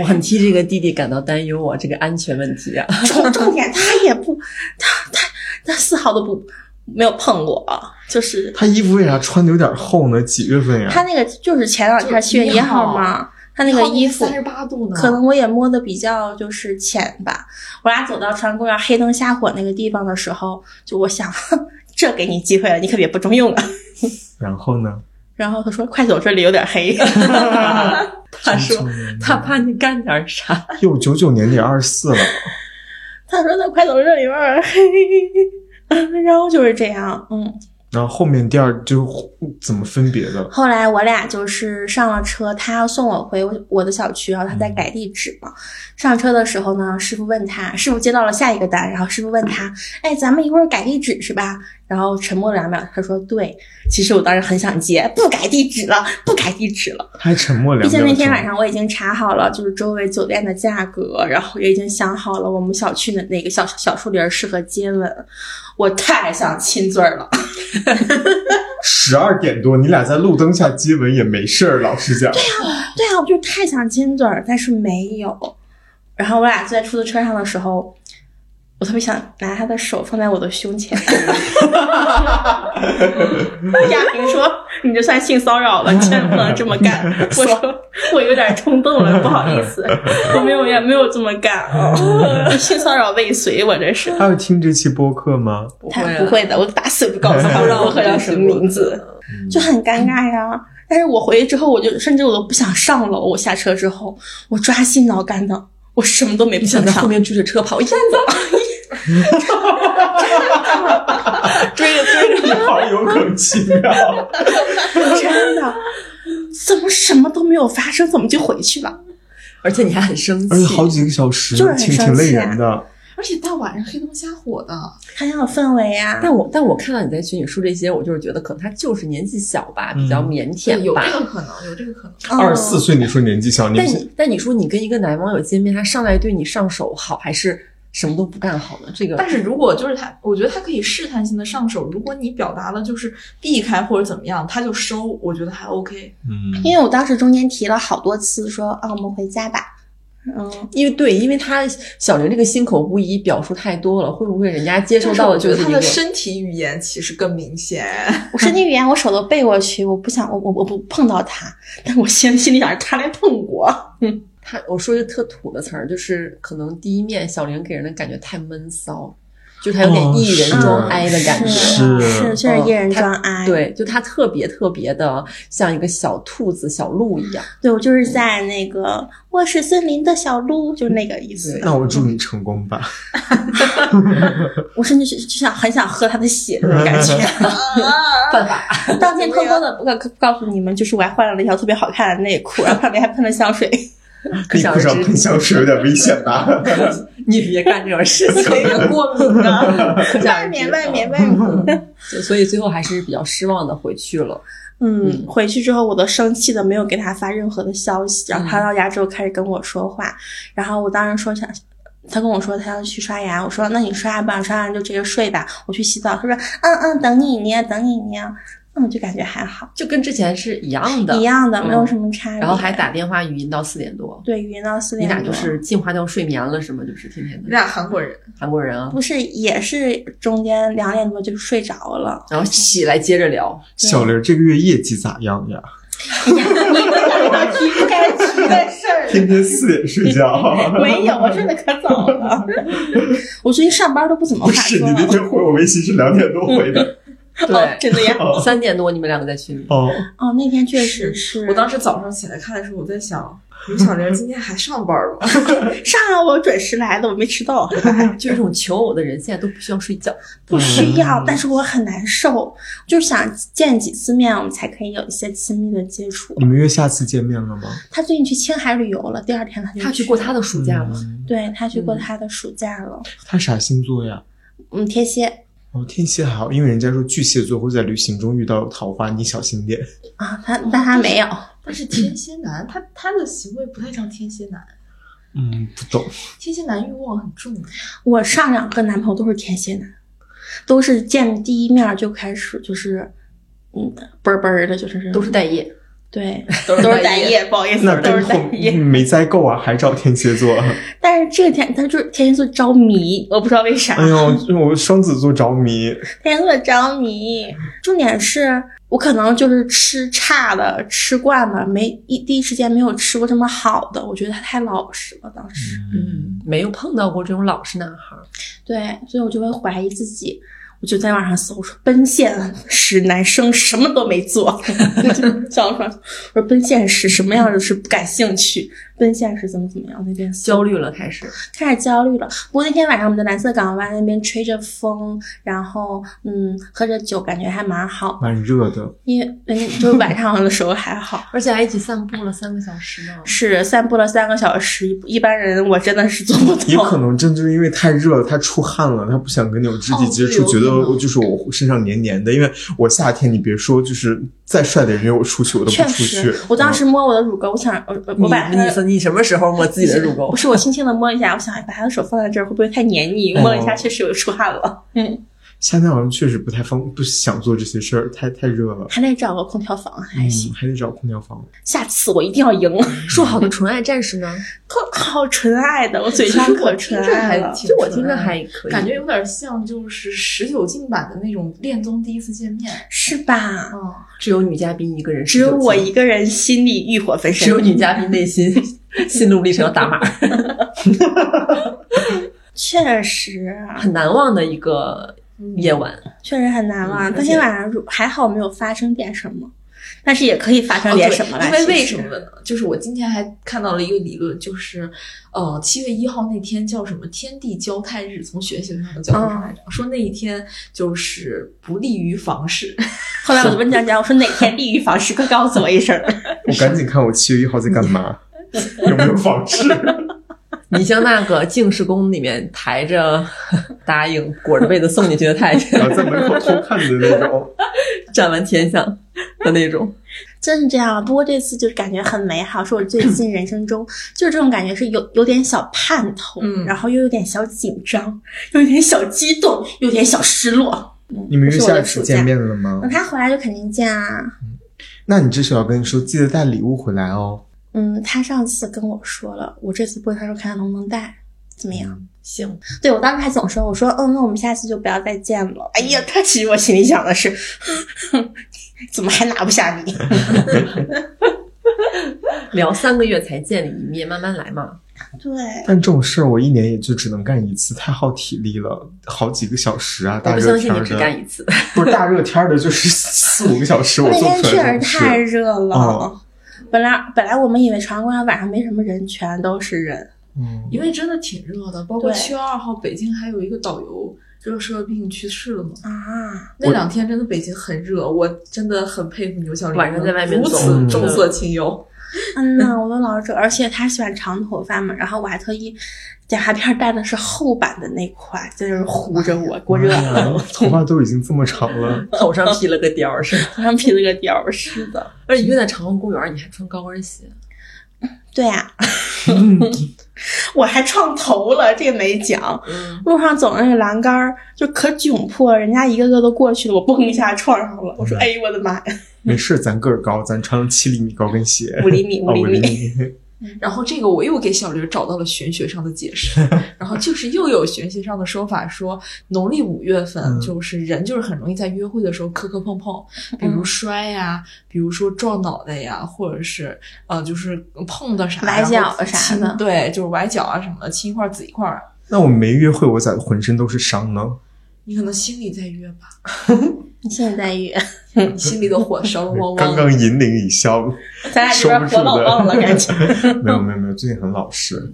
Speaker 1: 我很替这个弟弟感到担忧啊，这个安全问题啊。
Speaker 3: *laughs* 重重点他也不，他他他丝毫都不没有碰我，就是
Speaker 4: 他衣服为啥穿的有点厚呢？几月份呀？
Speaker 3: 他那个就是前两天
Speaker 2: 就
Speaker 3: 七月一
Speaker 2: 一号
Speaker 3: 号嘛，他那个衣服
Speaker 2: 三十八度呢，
Speaker 3: 可能我也摸的比较就是浅吧。我俩走到长安公园黑灯瞎火那个地方的时候，就我想，哼这给你机会了，你可 *laughs* 别不中用啊。
Speaker 4: 然后呢？
Speaker 3: 然后他说：“快走，这里有点黑。 *laughs*
Speaker 1: 他说他怕你干点啥，
Speaker 4: 哟，九九年得二十四了，”
Speaker 3: 他说：“那快走，这里有点黑。” *laughs* 然后就是这样，嗯。
Speaker 4: 然后后面第二就是怎么分别的？
Speaker 3: 后来我俩就是上了车，他要送我回我我的小区，然后他
Speaker 4: 嗯
Speaker 3: 在改地址嘛。上车的时候呢，师傅问他，师傅接到了下一个单，然后师傅问他，哎，咱们一会儿改地址是吧？然后沉默了两秒，他说对。其实我当时很想接，不改地址了，不改地址了。
Speaker 4: 他还沉默两
Speaker 3: 毕竟
Speaker 4: 秒钟。
Speaker 3: 那天晚上我已经查好了，就是周围酒店的价格，然后也已经想好了我们小区的哪个小小树林儿适合接吻。我太想亲嘴儿了，
Speaker 4: 十二点多，你俩在路灯下接吻也没事儿。老实讲，
Speaker 3: 对啊，我就太想亲嘴儿，但是没有。然后我俩坐在出租车上的时候，我特别想拿他的手放在我的胸前。亚萍说：“你这算性骚扰了，你千万不能这么干。”我说：“我有点冲动了，不好意思， *laughs* 我没有也没有这么干，哦、性骚扰未遂，我这是。”
Speaker 4: *laughs* 他会听这期播客 *laughs* 吗？
Speaker 1: 不
Speaker 3: 他
Speaker 1: 啊
Speaker 3: 不会的，我打死不告
Speaker 1: *laughs*
Speaker 3: 诉他我喝叫什么名字。就很
Speaker 1: 嗯
Speaker 3: 尴尬呀。但是我回去之后，我就甚至我都不想上楼。我下车之后，我抓心挠肝的，我什么都没
Speaker 1: 你
Speaker 3: 不
Speaker 1: 想在
Speaker 3: 上。
Speaker 1: 后面追着车跑，燕子，追着追着，
Speaker 4: 你好有梗奇妙，
Speaker 3: 真的，怎么什么都没有发生，怎么就回去了？
Speaker 1: 而且你还很生气，
Speaker 4: 而且好几个小时，
Speaker 3: 就是很
Speaker 4: 挺挺
Speaker 3: 生
Speaker 4: 累
Speaker 3: 气啊
Speaker 4: 人的。
Speaker 2: 而且大晚上黑灯瞎火的，
Speaker 3: 很有氛围呀、嗯
Speaker 1: 但我但我看到你在群里说这些，我就是觉得可能他就是年纪小吧，比较
Speaker 4: 嗯
Speaker 1: 腼
Speaker 2: 对
Speaker 1: 腆
Speaker 2: 有
Speaker 1: 吧。
Speaker 2: 这个可能，有这个可能。
Speaker 3: 嗯
Speaker 4: 二十四岁，你说年纪小，
Speaker 1: 但
Speaker 4: 年纪
Speaker 1: 你但你说你跟一个男网友见面，他上来对你上手好，还是什么都不干好呢？这个
Speaker 2: 但是如果就是他，我觉得他可以试探性的上手，如果你表达了就是避开或者怎么样，他就收，我觉得还 OK。
Speaker 4: 嗯，
Speaker 3: 因为我当时中间提了好多次说啊，我们回家吧。嗯，
Speaker 1: 因为对，因为他小玲这个心口不一，表述太多了，会不会人家接收到
Speaker 2: 我
Speaker 1: 的
Speaker 2: 觉
Speaker 1: 就
Speaker 2: 得
Speaker 1: 是
Speaker 2: 他
Speaker 1: 一
Speaker 2: 的
Speaker 1: 个
Speaker 2: 身体语言其实更明 *laughs* 显。
Speaker 3: 我身体语言我手都背过去，我不想我我我不碰到他，但我心心里想着他来碰我。
Speaker 1: 他？我说一个特土的词儿，就是可能第一面小玲给人的感觉太闷骚，就是他有点
Speaker 4: 哦
Speaker 1: 一人
Speaker 4: 是
Speaker 1: 装哀的感觉。
Speaker 4: 是
Speaker 3: 是，就是
Speaker 1: 嗯
Speaker 3: 一人
Speaker 1: 他
Speaker 3: 装爱。
Speaker 1: 对，就他特别特别的像一个小兔子、小鹿一样。
Speaker 3: 对，我就是在那个我是森林的小鹿，就是那个意思
Speaker 1: 对。
Speaker 4: 那我祝你成
Speaker 3: *laughs*
Speaker 4: 功吧。
Speaker 3: 我甚至就就想很想喝他的血那种感觉。
Speaker 2: *laughs*
Speaker 1: 办法，
Speaker 3: 当天偷偷的告告诉你们，就是我还换了一条特别好看的内裤，然后上面还喷了香水。
Speaker 1: 可
Speaker 4: 内
Speaker 1: 想
Speaker 4: 裤
Speaker 1: 而知
Speaker 3: *laughs*
Speaker 4: 上喷香水有点危险吧？
Speaker 1: *laughs* 你别干这种事情，
Speaker 3: 过敏啊，
Speaker 1: 可想而
Speaker 3: 外
Speaker 1: 知
Speaker 3: 面外面外
Speaker 1: 嗯
Speaker 3: 面。
Speaker 1: 对所以最后还是比较失望的回去了。
Speaker 3: 嗯
Speaker 1: 嗯，
Speaker 3: 回去之后我都生气的没有给他发任何的消息，然后他到家之后开始跟我说话，然后我当时说想。他跟我说他要去刷牙，我说那你刷吧，刷完就直接睡吧，我去洗澡。他说嗯嗯，等你呢，等你呢，嗯，就感觉还好，
Speaker 1: 就跟之前是一样的，
Speaker 3: 一样的，
Speaker 1: 嗯
Speaker 3: 没有什么差别。
Speaker 1: 然后还打电话语音到四点多，
Speaker 3: 对语音到四
Speaker 1: 你
Speaker 3: 点
Speaker 1: 俩
Speaker 3: 多，
Speaker 1: 就是进化掉睡眠了是吗？就是天天
Speaker 2: 你
Speaker 1: 的
Speaker 2: 俩韩国人，
Speaker 1: 韩国人啊，，
Speaker 3: 不是也是中间两点多就睡着了
Speaker 1: 然后起来接着聊，
Speaker 4: 小玲儿这个月业绩咋样呀？
Speaker 3: 提不该提的事儿
Speaker 4: 天天四点睡觉，
Speaker 3: 没有， *laughs* 哎我睡得可早了。 *laughs* 我最近上班都不怎么
Speaker 4: *laughs* 不
Speaker 3: 化
Speaker 4: 是你
Speaker 3: 妆 *laughs*
Speaker 4: 那天回我微信是两点多回的
Speaker 3: 哦，
Speaker 1: 对，*laughs*
Speaker 3: 真的呀？
Speaker 1: 三点多你们两个在群里，
Speaker 4: *laughs* 哦，
Speaker 3: 哦，那天确实是
Speaker 2: 我当时早上起来看的时候，我在想，刘小玲今天还上班吗？
Speaker 3: 上啊，我准时来的，我没迟到，
Speaker 1: 就是这种求偶的人现在都不需要睡觉，
Speaker 3: 不需要
Speaker 4: 嗯。
Speaker 3: 但是我很难受，就是想见几次面，我们才可以有一些亲密的接触
Speaker 1: 嗯
Speaker 4: 你。们约下次见面了吗？
Speaker 3: 他最近去青海旅游了，第二天他就
Speaker 1: 他去过他的暑假吗？
Speaker 4: 嗯
Speaker 3: 对他去过
Speaker 1: 嗯
Speaker 3: 他的暑假了，
Speaker 4: 他啥星座呀？
Speaker 3: 嗯，天蝎
Speaker 4: 哦，天蝎还好，因为人家说巨蟹座会在旅行中遇到桃花，你小心点。
Speaker 3: 啊，他但他没有，
Speaker 2: *laughs* 但是天蝎男，他他的行为不太像天蝎男，
Speaker 4: 嗯，不懂。
Speaker 2: 天蝎男欲望很重。
Speaker 3: 我上两个男朋友都是天蝎男，都是见第一面就开始就是，嗯，啵儿啵儿的，就是
Speaker 1: 都是待业，
Speaker 3: 对，
Speaker 1: 都
Speaker 3: 嗯 *laughs* 都是待。业，不好意思
Speaker 4: 那，
Speaker 3: *laughs* 都
Speaker 4: 跟
Speaker 3: 是待
Speaker 4: 后
Speaker 3: 业。
Speaker 4: 没栽够啊，还找天蝎
Speaker 3: *laughs*
Speaker 4: 座？
Speaker 3: 但是这个天，他就是天蝎座着迷， *laughs* 我不知道为啥，
Speaker 4: 哎呦，我双子座着迷，
Speaker 3: 天蝎座着迷。重点是我可能就是吃差的，吃惯了，没一第一时间没有吃过这么好的，我觉得他太老实了，当时。
Speaker 1: 嗯，没有碰到过这种老实男孩儿，
Speaker 3: 对，所以我就会怀疑自己。我就在网上搜，我说奔现使男生什么都没做， *laughs* 就小红书上我说奔现使什么样的是不感兴趣，奔现使怎么怎么样那边搜
Speaker 1: 焦虑了开始，
Speaker 3: 开始焦虑了。不过那天晚上我们在蓝色港湾那边吹着风，然后嗯喝着酒，感觉还蛮好。
Speaker 4: 蛮热的。
Speaker 3: 因为嗯就是晚上的时候还好，
Speaker 1: 而且还一起散步了三个小时呢。
Speaker 3: 是散步了三个小时，一一般人我真的是做不
Speaker 4: 也可
Speaker 3: 到。
Speaker 4: 能真就是因为太热了，他出汗了，他不想跟你有肢体接触，
Speaker 2: 哦
Speaker 4: 觉
Speaker 2: 对有可
Speaker 4: 得
Speaker 2: 能
Speaker 4: 就是我身上黏黏的。因为我夏天，你别说，就是再帅的人约我出去，我都不
Speaker 3: 确
Speaker 4: 出去嗯
Speaker 3: 实，。我当时摸我的乳沟，我想我我我把他
Speaker 1: 你你
Speaker 3: 的。
Speaker 1: 说你什么时候摸自己的乳沟
Speaker 3: 不？是我轻轻的摸一下，我想哎把他的手放在这儿会不会太黏
Speaker 2: 哎
Speaker 3: 腻？摸了一下，
Speaker 4: 哦
Speaker 3: 确实有出汗了。 *laughs* 嗯，
Speaker 4: 夏天好像确实不太方，不想做这些事儿，太太热了。
Speaker 3: 还得找个空调房还行。
Speaker 4: 嗯，还得找空调房。
Speaker 3: 下次我一定要赢， *laughs*
Speaker 1: 说好的纯爱战士 *laughs* 呢？
Speaker 3: 可好纯爱的，我嘴上可纯爱了。
Speaker 1: 就我听着还可以，
Speaker 2: 感觉有点像就是十九禁版的那种恋综第一次见面。
Speaker 3: 是吧？
Speaker 2: 嗯，
Speaker 1: 只有女嘉宾一个人，
Speaker 3: 只有我，一个人心里欲火焚身。
Speaker 1: 只有女嘉宾内心心路历程要打码，
Speaker 3: 确实，啊
Speaker 1: 很难忘的一个夜晚。
Speaker 3: 确实很难忘。
Speaker 1: 嗯
Speaker 3: 当天晚上如还好没有发生点什么，但是也可以发生
Speaker 2: 哦
Speaker 3: 点
Speaker 2: 对
Speaker 3: 什么来。
Speaker 2: 因为为
Speaker 3: 其实
Speaker 2: 什么呢？就是我今天还看到了一个理论，就是，呃，七月一号那天叫什么“天地交泰日”，从玄学上的角度上来讲，
Speaker 3: 嗯
Speaker 2: 说那一天就是不利于房事。
Speaker 3: 后来我就问江江，我说哪天地狱房时刻告诉我一声。
Speaker 4: 我赶紧看我七月一号在干
Speaker 3: *laughs*
Speaker 4: 嘛，有没有房事？
Speaker 1: *laughs* 你像那个净室宫里面抬着 *laughs* 答应裹着被子送进去的太监，
Speaker 4: *laughs*
Speaker 1: *laughs*
Speaker 4: 然后在门口偷看的那
Speaker 3: *laughs*
Speaker 4: 种。
Speaker 1: 占完天下的那种，
Speaker 3: 真是这样，啊不过这次就是感觉很美好，是我最近人生中就是这种感觉，是有有点小盼头，
Speaker 2: 嗯
Speaker 3: 然后又有点小紧张，又有点小激动，又有点小失落。
Speaker 4: 你们约
Speaker 3: 是我
Speaker 4: 下
Speaker 3: 的
Speaker 4: 次
Speaker 3: 暑
Speaker 4: 见
Speaker 3: 假。
Speaker 4: 面了吗
Speaker 3: 等？他回来就肯定见啊。
Speaker 4: 那你这时候要跟你说，记得带礼物回来哦。
Speaker 3: 嗯，他上次跟我说了，我这次不他说看能不能带，怎么样？
Speaker 1: 行，
Speaker 3: 对我当时还总说，我说，嗯，那我们下次就不要再见了。哎呀，他其实我心里想的是， *laughs* 怎么还拿不下你？ *laughs*
Speaker 1: 聊三个月才见你一面，慢慢来嘛。
Speaker 3: 对，
Speaker 4: 但这种事儿我一年也就只能干一次，太耗体力了，好几个小时啊！
Speaker 1: 我
Speaker 4: 大
Speaker 1: 不
Speaker 4: 热
Speaker 1: 相信
Speaker 4: 天
Speaker 1: 你
Speaker 4: 儿
Speaker 1: 只干
Speaker 4: 的，
Speaker 1: 一次，
Speaker 4: 不是大热天儿的，就是 *laughs* 四五个小时我
Speaker 3: 那
Speaker 4: 做
Speaker 3: 天
Speaker 4: 出
Speaker 3: 确
Speaker 4: 来
Speaker 3: 实
Speaker 4: 的啊
Speaker 3: 太热
Speaker 4: 事。
Speaker 3: 了。
Speaker 4: 哦
Speaker 3: 本来本来我们以为朝阳公园晚上没什么人，全都是人。
Speaker 4: 嗯，
Speaker 2: *laughs* 因为真的挺热的，包括
Speaker 3: 对
Speaker 2: 七月二号，北京还有一个导游热射病去世了嘛。
Speaker 3: 啊，
Speaker 2: 那两天真的北京很热，我真的很佩服牛小玲，
Speaker 1: 晚上在外面
Speaker 2: 如
Speaker 1: 走嗯
Speaker 2: 此重色轻友。
Speaker 3: 嗯呐，我都老是这，而且他喜欢长头发嘛，然后我还特意假发片戴的是厚版的那款，就是糊着我，给我热
Speaker 4: 哎
Speaker 3: *laughs*
Speaker 4: 呀头发都已经这么长了，
Speaker 1: *laughs* 头上披了个貂儿是吧？
Speaker 3: 头上披了个貂儿，是的，
Speaker 1: 而且因为在长虹公园，你还穿高跟鞋，
Speaker 3: 对呀、我还撞头了，这个没讲。
Speaker 1: 嗯，
Speaker 3: 路上走的那个栏杆儿就可窘迫，人家一个个都过去了，我嘣一下撞上了，我说
Speaker 4: 嗯
Speaker 3: 哎呦我的妈呀，
Speaker 4: 没事，咱个儿高，咱穿七厘米高跟鞋，
Speaker 3: 五厘米
Speaker 4: 哦
Speaker 3: 五厘
Speaker 4: 五厘
Speaker 3: 米。
Speaker 4: 米，
Speaker 2: 然后这个我又给小刘找到了玄学上的
Speaker 4: *laughs*
Speaker 2: 解释，然后就是又有玄学上的说法说，农历五月份
Speaker 4: 嗯
Speaker 2: 就是人就是很容易在约会的时候磕磕碰碰，比如
Speaker 3: 嗯
Speaker 2: 摔呀、比如说撞脑袋呀，或者是呃就是碰到啥
Speaker 3: 崴
Speaker 2: 然后
Speaker 3: 脚啊啥
Speaker 2: 亲
Speaker 3: 的
Speaker 2: 对，就是崴脚啊什么的，亲一块儿紫一块儿，
Speaker 4: 那我没约会，我咋浑身都是伤呢？
Speaker 2: 你可能心里在约吧，
Speaker 3: 你现在约，
Speaker 2: 你心里的火烧
Speaker 4: *laughs*
Speaker 2: 得汪
Speaker 4: 刚
Speaker 2: 汪
Speaker 4: 刚
Speaker 2: 的。
Speaker 4: 引领一笑，
Speaker 3: 咱俩这
Speaker 4: 收不
Speaker 3: 边
Speaker 4: 住
Speaker 3: 火老旺了，感觉。
Speaker 4: 的。没有没有没有，最近很老实。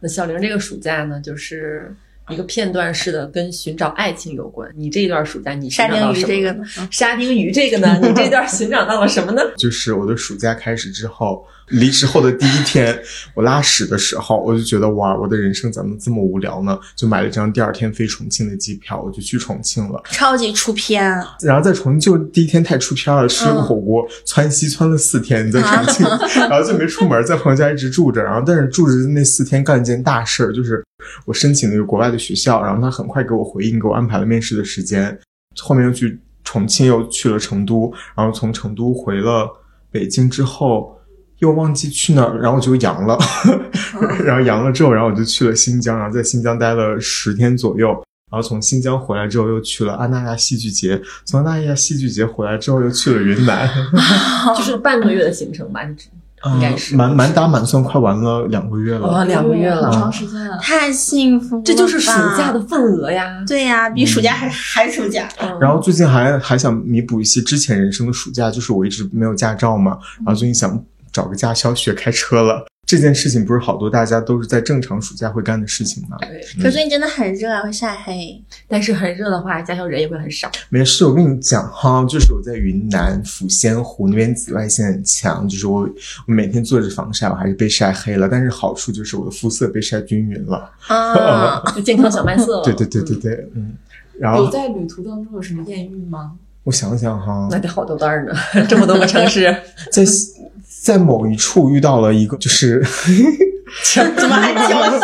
Speaker 1: 那小玲这个暑假呢，就是一个片段式的跟寻找爱情有关。你这一段暑假你
Speaker 3: 沙
Speaker 1: 寻找到
Speaker 3: 丁
Speaker 1: 什
Speaker 3: 鱼
Speaker 1: 么
Speaker 3: 这个
Speaker 1: 了
Speaker 3: 呢？
Speaker 1: 沙丁鱼这个呢，你这段寻找到了什么
Speaker 3: *laughs*
Speaker 1: 呢？
Speaker 4: 就是我的暑假开始之后，离职后的第一天，我拉屎的时候，我就觉得哇，我的人生怎么这么无聊呢？就买了张第二天飞重庆的机票，我就去重庆了。
Speaker 3: 超级出片啊！
Speaker 4: 然后在重庆就第一天太出片了，吃了个火锅，窜稀窜了四天在重庆，然后就没出门，在朋友家一直住着。然后但是住着那四天干一件大事儿，就是我申请了一个国外的学校，然后他很快给我回应，给我安排了面试的时间。后面又去重庆，又去了成都，然后从成都回了北京之后。又忘记去哪儿，然后我就阳了， *laughs* 然后阳了之后，然后我就去了新疆，然后在新疆待了十天左右，然后从新疆回来之后，又去了安那亚戏剧节，从安那亚戏剧节回来之后，又去了云南，
Speaker 1: 就是半个月的行程吧，你只 *laughs* 应该是
Speaker 4: 嗯满满打满算快玩了两个月
Speaker 1: 哦
Speaker 4: 了。
Speaker 1: 两个月了
Speaker 2: 好长时间啊！
Speaker 3: 太幸福了吧，
Speaker 1: 这就是暑假的份额呀。
Speaker 3: 对呀、比暑假还还暑假。
Speaker 1: 嗯
Speaker 4: 然后最近还还想弥补一些之前人生的暑假，就是我一直没有驾照嘛，然后最近想找个驾校学开车了。这件事情不是好多大家都是在正常暑假会干的事情吗？
Speaker 1: 对，
Speaker 3: 可是你真的很热啊，会晒黑。
Speaker 1: 但是很热的话，驾校人也会很少。
Speaker 4: 没事，我跟你讲哈，就是我在云南抚仙湖那边紫外线很强，就是我我每天做着防晒，我还是被晒黑了，但是好处就是我的肤色被晒均匀了。
Speaker 3: 啊，
Speaker 1: 就健康小麦色了。
Speaker 4: *laughs* 对对对对
Speaker 1: 嗯，
Speaker 4: 对，嗯。然
Speaker 2: 有
Speaker 4: 后
Speaker 2: 哎在旅途当中有什么艳遇吗？
Speaker 4: 我想想哈
Speaker 1: 那，得好多单儿呢， *laughs* 这么多个城市，
Speaker 4: 在在某一处遇到了一个，就是 *laughs*
Speaker 3: 怎么还矫情？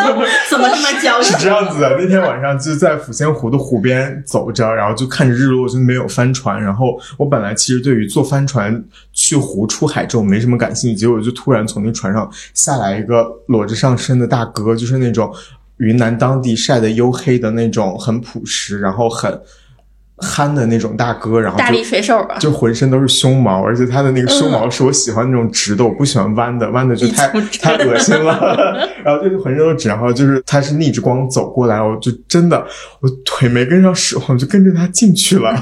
Speaker 3: 怎么这么矫
Speaker 4: 是
Speaker 3: 情？
Speaker 4: 这样子的。那天晚上就在抚仙湖的湖边走着，然后就看着日落，就没有帆船。然后我本来其实对于坐帆船去湖出海这种没什么感兴趣，结果就突然从那船上下来一个裸着上身的大哥，就是那种云南当地晒得黝黑的那种，很朴实，然后很憨的那种大哥，然后就
Speaker 3: 大力水手啊，
Speaker 4: 就浑身都是胸毛，而且它的那个胸毛是我喜欢那种直的，我不喜欢弯的，弯的就太
Speaker 3: 你从这
Speaker 4: 太恶心了。然后就是浑身都是直，然后就是它是逆着光走过来，我就真的我腿没跟上使唤，我就跟着它进去了，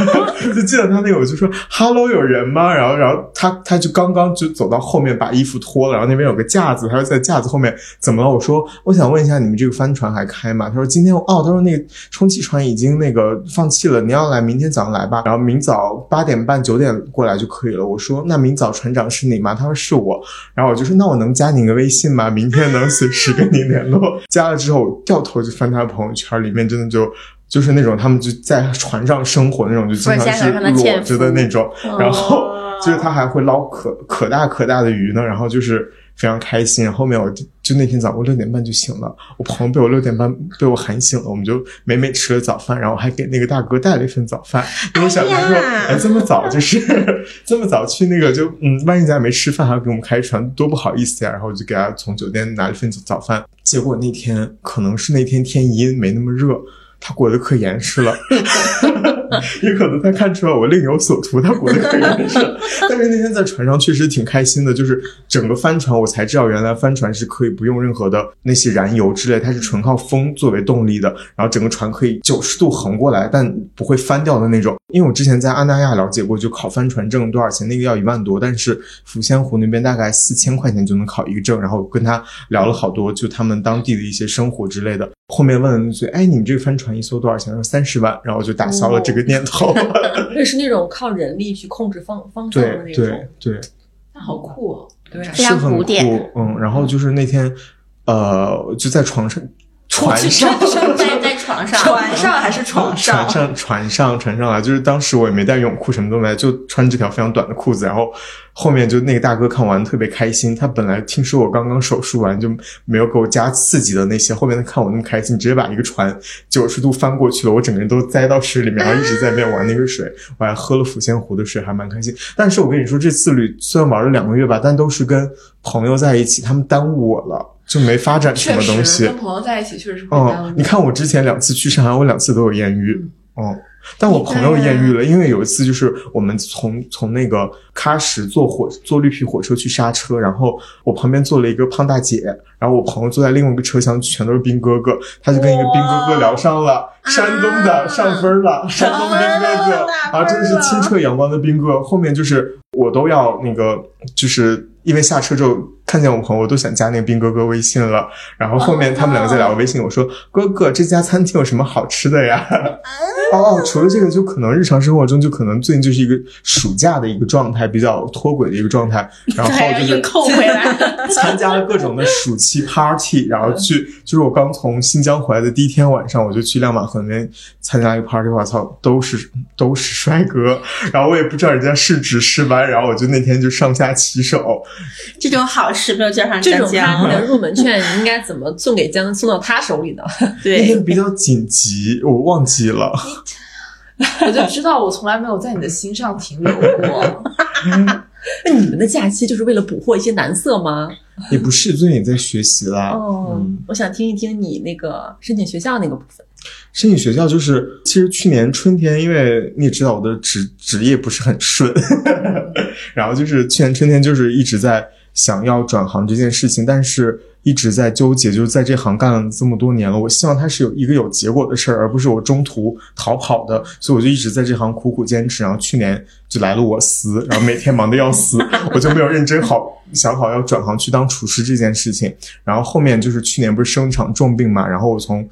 Speaker 4: *laughs* 就进了它那个，我就说 “hello，有人吗？”然后然后他他就刚刚就走到后面把衣服脱了，然后那边有个架子，他就在架子后面怎么了？我说我想问一下，你们这个帆船还开吗？他说今天哦，他说那个充气船已经那个放弃了，你要来明天早上来吧，然后明早八点半九点过来就可以了。我说那明早船长是你吗？他说是我，然后我就说那我能加你个微信吗？ *laughs* 明天能随时跟你联络。 *laughs* 加了之后，我掉头就翻他的朋友圈，里面真的就。就是那种他们就在船上生活那种，就经
Speaker 3: 不
Speaker 4: 常
Speaker 3: 是
Speaker 4: 是
Speaker 3: 家长上的
Speaker 4: 裸
Speaker 3: 纤
Speaker 4: 着的
Speaker 3: 夫
Speaker 4: 那种，然后
Speaker 3: 哦
Speaker 4: 就是他还会捞可可大可大的鱼呢，然后就是非常开心。然后后面我就就那天早上我六点半就醒了，我朋友被我六点半被我喊醒了，我们就美美吃了早饭，然后我还给那个大哥带了一份早饭，因为我想
Speaker 3: 哎
Speaker 4: 他
Speaker 3: 呀
Speaker 4: 说哎这么早就是这么早去那个就嗯，万一人家没吃饭还要给我们开船，多不好意思呀。然后我就给他从酒店拿了一份早饭，结果那天可能是那天天阴没那么热。他裹得可严实了， *laughs* 也可能他看出来我另有所图，他裹得可严实了。但是那天在船上确实挺开心的，就是整个帆船，我才知道原来帆船是可以不用任何的那些燃油之类，它是纯靠风作为动力的，然后整个船可以九十度横过来，但不会翻掉的那种。因为我之前在安那亚了解过，就考帆船证多少钱，那个要一万多，但是抚仙湖那边大概四千块钱就能考一个证。然后我跟他聊了好多，就他们当地的一些生活之类的。后面问了一句：“哎，你们这个帆船一艘多少钱？”他说三十万，然后我就打消了
Speaker 1: 哦
Speaker 4: 这个
Speaker 1: *laughs*
Speaker 4: 念头。 *laughs*
Speaker 1: 而且是那种靠人力去控制方方向的
Speaker 4: 对
Speaker 1: 那
Speaker 4: 对
Speaker 1: 种。
Speaker 4: 对，
Speaker 2: 那好酷哦！
Speaker 1: 对啊
Speaker 3: 非
Speaker 4: 是
Speaker 3: 常
Speaker 4: 很
Speaker 3: 古典
Speaker 4: 酷，嗯，然后就是那天，呃，就在床上，船上，
Speaker 3: 在在床上，
Speaker 2: 船上
Speaker 3: *laughs*
Speaker 2: 还是床上
Speaker 4: 船？上，船上，船上来，啊就是当时我也没带泳裤，什么都没带，就穿这条非常短的裤子。然后后面就那个大哥看完特别开心，他本来听说我刚刚手术完就没有给我加刺激的那些，后面他看我那么开心，直接把一个船 *laughs* 九十度翻过去了，我整个人都栽到水里面，然后一直在那边玩那个水，我还喝了抚仙湖的水，还蛮开心。但是我跟你说，这次旅虽然玩了两个月吧，但都是跟朋友在一起，他们耽误我了，就没发展什
Speaker 2: 确
Speaker 4: 么东西。
Speaker 2: 实，跟朋友在一起确实是会耽误
Speaker 4: 嗯，你看我之前两次去上海，我两次都有艳遇。嗯，但我朋友艳遇了，因为有一次就是我们从从那个喀什坐火坐绿皮火车去刹车，然后我旁边坐了一个胖大姐，然后我朋友坐在另外一个车厢，全都是兵哥哥，他就跟一个兵哥哥聊上了，山东的、
Speaker 3: 啊
Speaker 4: 上分了，山东兵哥
Speaker 3: 上分了
Speaker 4: 哥啊，真的是清澈阳光的兵哥。后面就是我都要那个，就是因为下车之后看见我朋友，我都想加那个兵哥哥微信了。然后后面他们两个在聊微信，我说：“哥哥，这家餐厅有什么好吃的呀？”哦哦，除了这个，就可能日常生活中就可能最近就是一个暑假的一个状态，比较脱轨的一个状态，然后
Speaker 3: 还要
Speaker 4: 就
Speaker 3: 硬
Speaker 4: 是
Speaker 3: 扣回来。
Speaker 4: 参加了各种的暑期 party，然后去就是我刚从新疆回来的第一天晚上，我就去亮马河那边参加一个 party，我操，都是都是帅哥，然后我也不知道人家是直是弯，然后我就那天就上下其手，
Speaker 3: 这种好事没有叫上
Speaker 1: 这
Speaker 3: 江
Speaker 1: 种
Speaker 3: 江，
Speaker 1: 他的入门券应该怎么送给江送到他手里呢？
Speaker 4: 那
Speaker 3: 对
Speaker 4: 天比较紧急，我忘记了。
Speaker 2: *laughs* 我就知道我从来没有在你的心上停留过。
Speaker 1: 那你们的假期就是为了捕获一些男色吗？
Speaker 4: 也不是，最近也在学习啦。
Speaker 1: 哦
Speaker 4: 嗯，
Speaker 1: 我想听一听你那个申请学校那个部分。
Speaker 4: 申请学校就是，其实去年春天，因为你也知道我的职职业不是很顺， *laughs* 然后就是去年春天就是一直在想要转行这件事情，但是一直在纠结，就是在这行干了这么多年了，我希望它是有一个有结果的事儿，而不是我中途逃跑的，所以我就一直在这行苦苦坚持，然后去年就来了我司，然后每天忙得要死， *laughs* 我就没有认真好想好要转行去当厨师这件事情，然后后面就是去年不是生一场重病嘛，然后我从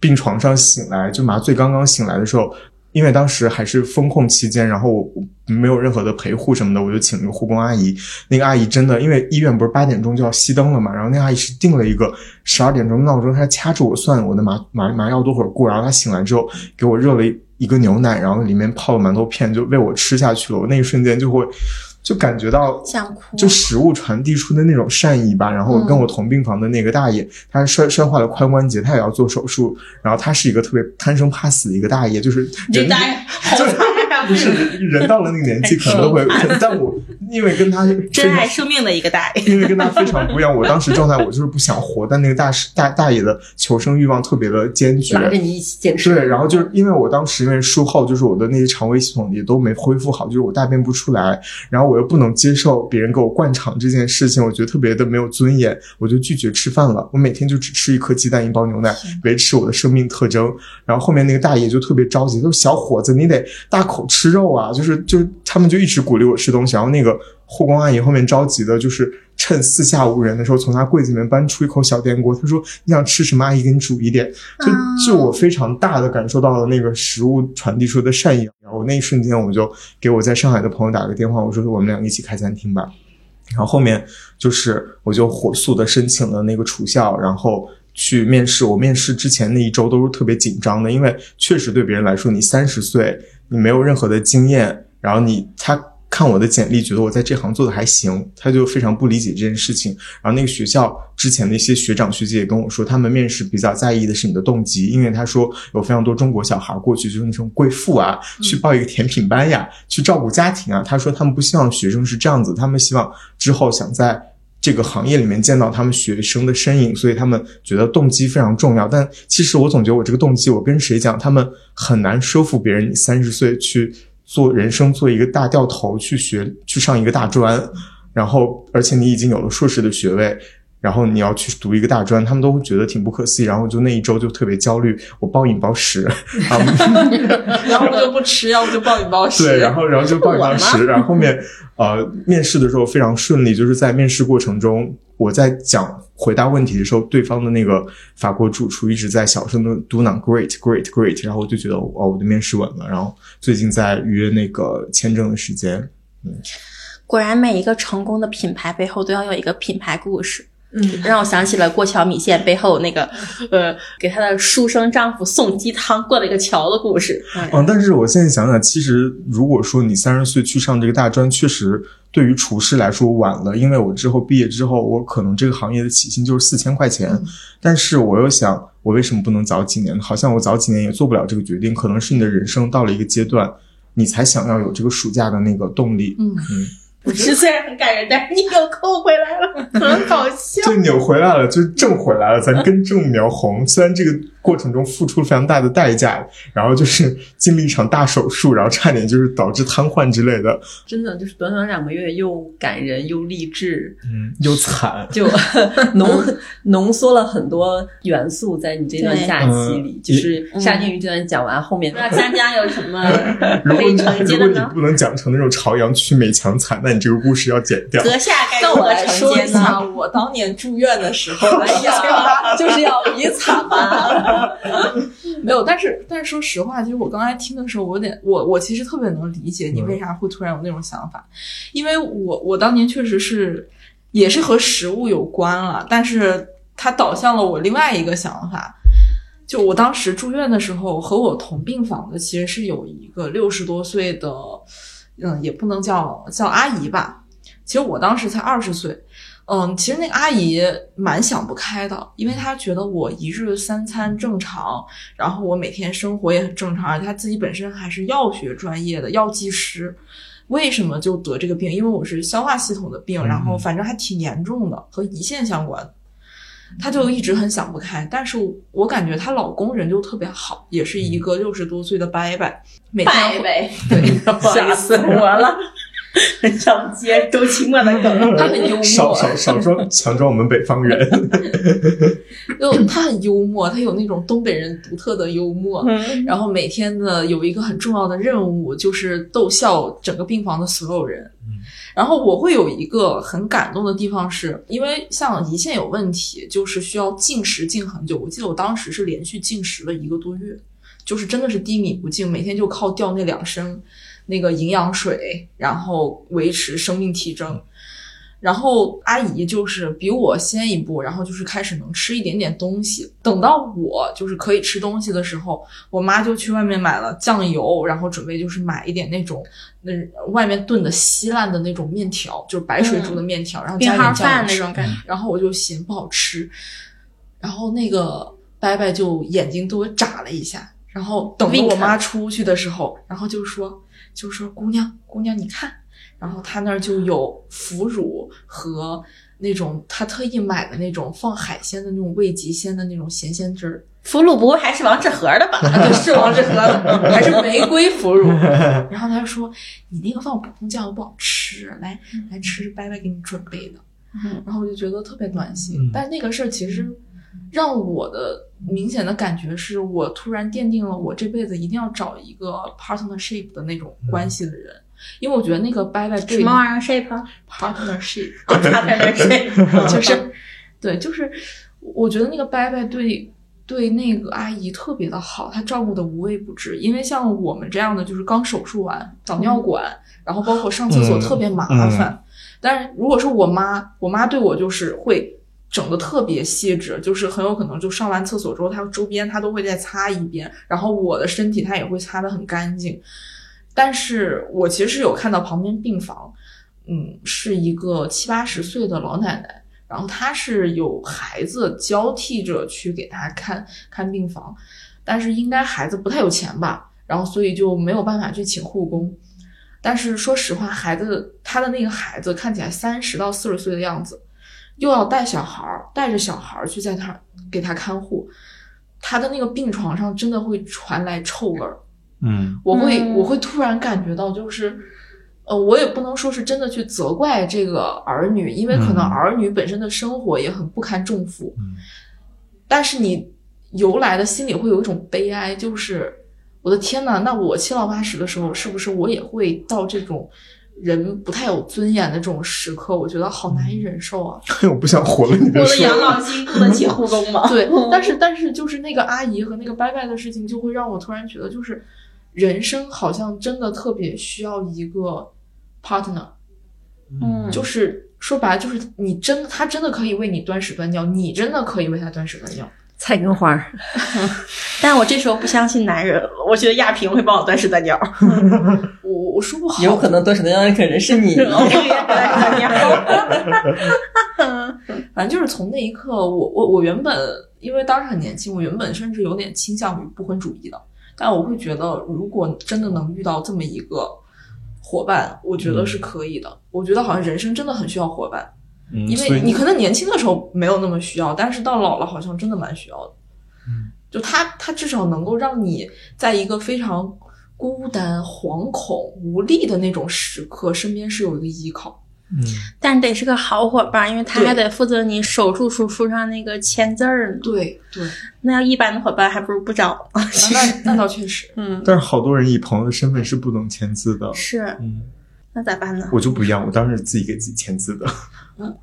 Speaker 4: 病床上醒来，就麻醉刚刚醒来的时候，因为当时还是封控期间，然后我我没有任何的陪护什么的，我就请了个护工阿姨。那个阿姨真的，因为医院不是八点钟就要熄灯了嘛，然后那个阿姨是定了一个十二点钟闹钟，她掐着我算我的麻麻麻药多会儿过，然后她醒来之后给我热了一一个牛奶，然后里面泡了馒头片，就喂我吃下去了。我那一瞬间就会就感觉到
Speaker 3: 想哭，
Speaker 4: 就食物传递出的那种善意吧。然后
Speaker 3: 嗯
Speaker 4: 跟我同病房的那个大爷，他摔摔坏了髋关节，他也要做手术。然后他是一个特别贪生怕死的一个大爷，就是
Speaker 3: 你这
Speaker 4: 人
Speaker 3: 大爷好
Speaker 4: *laughs* 就是
Speaker 3: 惨啊！
Speaker 4: 不是人到了那个年纪可能都会，
Speaker 3: *laughs*
Speaker 4: 但我因为跟他
Speaker 3: 珍爱生命的一个大爷，
Speaker 4: 因为跟他非常不一样，我当时状态我就是不想活，但那个大师大大爷的求生欲望特别的坚决，
Speaker 1: 拉着你一起坚持。
Speaker 4: 对，然后就是因为我当时因为术后就是我的那些肠胃系统也都没恢复好，就是我大便不出来，然后我又不能接受别人给我灌肠这件事情，我觉得特别的没有尊严，我就拒绝吃饭了。我每天就只吃一颗鸡蛋一包牛奶，维持我的生命特征。然后后面那个大爷就特别着急，他说：“小伙子，你得大口吃肉啊！”就是就是他们就一直鼓励我吃东西，然后那个护工阿姨后面着急的就是。趁四下无人的时候，从她柜子里面搬出一口小电锅。她说：“你想吃什么，阿姨给你煮一点。”就就我非常大的感受到了那个食物传递出的善意，然后那一瞬间我就给我在上海的朋友打个电话，我说我们俩一起开餐厅吧。然后后面就是我就火速的申请了那个厨校，然后去面试。我面试之前那一周都是特别紧张的，因为确实对别人来说，你三十岁，你没有任何的经验，然后你他看我的简历，觉得我在这行做的还行，他就非常不理解这件事情。然后那个学校之前的一些学长学姐也跟我说，他们面试比较在意的是你的动机，因为他说有非常多中国小孩过去就是那种贵妇啊，去报一个甜品班呀，去照顾家庭啊。他说他们不希望学生是这样子，他们希望之后想在。这个行业里面见到他们学生的身影，所以他们觉得动机非常重要。但其实我总觉得我这个动机，我跟谁讲，他们很难说服别人。你三十岁去做人生，做一个大掉头，去学去上一个大专，然后而且你已经有了硕士的学位，然后你要去读一个大专，他们都会觉得挺不可思议。然后就那一周就特别焦虑，我暴饮暴食，啊，
Speaker 2: *laughs* 要不就不吃，要不就暴饮暴食。
Speaker 4: 对，然后然后就暴饮暴食，然后后面呃面试的时候非常顺利，就是在面试过程中，我在讲回答问题的时候，对方的那个法国主厨一直在小声的嘟囔 “great great great”，然后我就觉得哦我的面试稳了，然后最近在约那个签证的时间。
Speaker 3: 果然，每一个成功的品牌背后都要有一个品牌故事。
Speaker 2: 嗯，
Speaker 3: 让我想起了过桥米线背后那个，呃，给她的书生丈夫送鸡汤过了一个桥的故事。
Speaker 4: 嗯，但是我现在想想，其实如果说你三十岁去上这个大专，确实对于厨师来说晚了，因为我之后毕业之后，我可能这个行业的起薪就是四千块钱，
Speaker 2: 嗯
Speaker 4: 但是我又想，我为什么不能早几年？好像我早几年也做不了这个决定，可能是你的人生到了一个阶段，你才想要有这个暑假的那个动力。
Speaker 2: 嗯
Speaker 4: 嗯，
Speaker 3: 我觉得虽然很感人，但是你又扣回来了，很搞笑。
Speaker 4: 就扭回来了，就是正回来了，咱根正苗红。虽然这个过程中付出了非常大的代价，然后就是经历一场大手术，然后差点就是导致瘫痪之类的，
Speaker 1: 真的就是短短两个月，又感人又励志，
Speaker 4: 嗯，又惨。
Speaker 1: *laughs* 就浓浓缩了很多元素在你这段
Speaker 3: 对
Speaker 1: 假期里。
Speaker 4: 嗯
Speaker 1: 就是沙丁鱼这段讲完，后面
Speaker 3: 不知道佳佳有什么
Speaker 4: 如
Speaker 3: 可
Speaker 4: 果
Speaker 3: 以
Speaker 4: 你
Speaker 3: 承接的
Speaker 4: 如果你
Speaker 3: 呢？
Speaker 4: 不能讲成那种朝阳区美强惨，那你这个故事要剪掉。
Speaker 3: 阁下该
Speaker 2: 那
Speaker 3: 如
Speaker 2: 我
Speaker 3: 何
Speaker 2: 来
Speaker 3: 承
Speaker 2: 说
Speaker 3: 接
Speaker 2: 一
Speaker 3: 呢？
Speaker 2: 下我当年住院的时候， *laughs* 哎呀，
Speaker 1: 呀，就是要
Speaker 2: *laughs*
Speaker 1: 以惨吧。
Speaker 2: 没有，但是但是说实话，其实我刚才听的时候，我有点我我其实特别能理解你
Speaker 4: 嗯
Speaker 2: 为啥会突然有那种想法，因为我我当年确实是也是和食物有关了，但是它导向了我另外一个想法。就我当时住院的时候，和我同病房的其实是有一个六十多岁的，嗯，也不能叫叫阿姨吧。其实我当时才二十岁，嗯，其实那个阿姨蛮想不开的，因为她觉得我一日三餐正常，然后我每天生活也很正常，而且他自己本身还是药学专业的药剂师，为什么就得这个病？因为我是消化系统的病，
Speaker 4: 嗯
Speaker 2: 然后反正还挺严重的，和胰腺相关。她就一直很想不开，但是我感觉她老公人就特别好，也是一个六十多岁的伯伯，每天
Speaker 3: 拜
Speaker 2: 会
Speaker 3: 呗，
Speaker 2: 吓
Speaker 3: 吓死我了！很
Speaker 1: *laughs*
Speaker 3: 想接周奇墨的梗，
Speaker 2: 他很幽默
Speaker 4: 少少少装强装我们北方人，
Speaker 2: 就他很幽默，他有那种东北人独特的幽默，
Speaker 3: 嗯，
Speaker 2: 然后每天呢有一个很重要的任务，就是逗笑整个病房的所有人。然后我会有一个很感动的地方是，因为像胰腺有问题，就是需要禁食禁很久。我记得我当时是连续禁食了一个多月，就是真的是低米不进，每天就靠吊那两升那个营养水，然后维持生命体征。然后阿姨就是比我先一步，然后就是开始能吃一点点东西。等到我就是可以吃东西的时候，我妈就去外面买了酱油，然后准备就是买一点那种那外面炖的稀烂的那种面条，就是白水煮的面条，然后
Speaker 3: 病
Speaker 2: 加一
Speaker 3: 号
Speaker 2: 点
Speaker 3: 嗯
Speaker 2: 酱
Speaker 3: 饭
Speaker 2: 油
Speaker 3: 那
Speaker 2: 吃
Speaker 3: 种感觉。
Speaker 2: 然后我就嫌不好吃，然后那个伯伯就眼睛对我眨了一下，然后等着我妈出去的时候，然后就说就说姑娘姑娘你看，然后他那儿就有腐乳和那种他特意买的那种放海鲜的那种味极鲜的那种咸鲜汁儿，
Speaker 3: 俘虏不会还是王致和的吧？
Speaker 2: 啊对，是王致和的，还是玫瑰腐乳。然后他就说你那个放普通酱油不好吃，来来吃伯伯给你准备的。然后我就觉得特别暖心。
Speaker 4: 嗯
Speaker 2: 但那个事儿其实让我的明显的感觉是我突然奠定了我这辈子一定要找一个 partnership 的那种关系的人，
Speaker 4: 嗯
Speaker 2: 因为我觉得那个拜拜对
Speaker 3: 什么玩意儿 shape？啊
Speaker 2: partnership
Speaker 3: 他在那
Speaker 2: *laughs*
Speaker 3: shape，
Speaker 2: 就是对，就是我觉得那个伯伯对对那个阿姨特别的好，她照顾的无微不至。因为像我们这样的，就是刚手术完导尿管，然后包括上厕所
Speaker 4: 嗯
Speaker 2: 特别麻
Speaker 4: 嗯
Speaker 2: 烦。但是如果是我妈，我妈对我就是会。整的特别细致，就是很有可能就上完厕所之后，她周边她都会再擦一遍，然后我的身体她也会擦得很干净。但是我其实是有看到旁边病房，嗯，是一个七八十岁的老奶奶，然后她是有孩子交替着去给她看看病房，但是应该孩子不太有钱吧，然后所以就没有办法去请护工。但是说实话，孩子她的那个孩子看起来三十到四十岁的样子，又要带小孩儿，带着小孩儿去在她给她看护，她的那个病床上真的会传来臭味儿。
Speaker 4: 嗯
Speaker 2: 我会、
Speaker 3: 嗯
Speaker 2: 我会突然感觉到，就是，呃，我也不能说是真的去责怪这个儿女，因为可能
Speaker 4: 嗯
Speaker 2: 儿女本身的生活也很不堪重负，
Speaker 4: 嗯
Speaker 2: 但是你由来的心里会有一种悲哀，就是我的天呐，那我七老八十的时候，是不是我也会到这种人不太有尊严的这种时刻？我觉得好难以忍受啊。
Speaker 4: *laughs* 我不想活了，你别
Speaker 3: 我的
Speaker 4: 说
Speaker 3: 养。老金雇得起护工吗？
Speaker 2: 对，但是但是就是那个阿姨和那个拜拜的事情，就会让我突然觉得，就是人生好像真的特别需要一个 partner，
Speaker 3: 嗯
Speaker 2: 就是说白了，就是你真的，他真的可以为你端屎端尿，你真的可以为他端屎端尿。
Speaker 1: 菜根花儿，
Speaker 3: 但我这时候不相信男人了，我觉得亚萍会帮我端屎端 *laughs* 尿。
Speaker 2: 我我我说不
Speaker 1: *laughs*
Speaker 2: 好，
Speaker 1: 有可能多少样可能是哦你。
Speaker 2: 反正就是从那一刻，我我我原本因为当时很年轻，我原本甚至有点倾向于不婚主义的，但我会觉得，如果真的能遇到这么一个伙伴，我觉得是可以的。我觉得好像人生真的很需要伙伴，
Speaker 4: 嗯，
Speaker 2: 因
Speaker 4: 所
Speaker 2: 为
Speaker 4: 以
Speaker 2: 你可能年轻的时候没有那么需要，但是到老了好像真的蛮需要的。
Speaker 4: 嗯
Speaker 2: 就他他至少能够让你在一个非常孤单、惶恐、无力的那种时刻，身边是有一个依靠。
Speaker 4: 嗯
Speaker 3: 但得是个好伙伴，因为他
Speaker 2: 对
Speaker 3: 还得负责你手术手术上那个签字儿呢。
Speaker 2: 对对，
Speaker 3: 那要一般的伙伴，还不如不找。
Speaker 2: *laughs* 那那倒确实。
Speaker 3: 嗯，
Speaker 4: 但是好多人以朋友的身份是不能签字的。
Speaker 3: 是，
Speaker 4: 嗯，
Speaker 3: 那咋办呢？
Speaker 4: 我就不一样，我当时自己给自己签字的，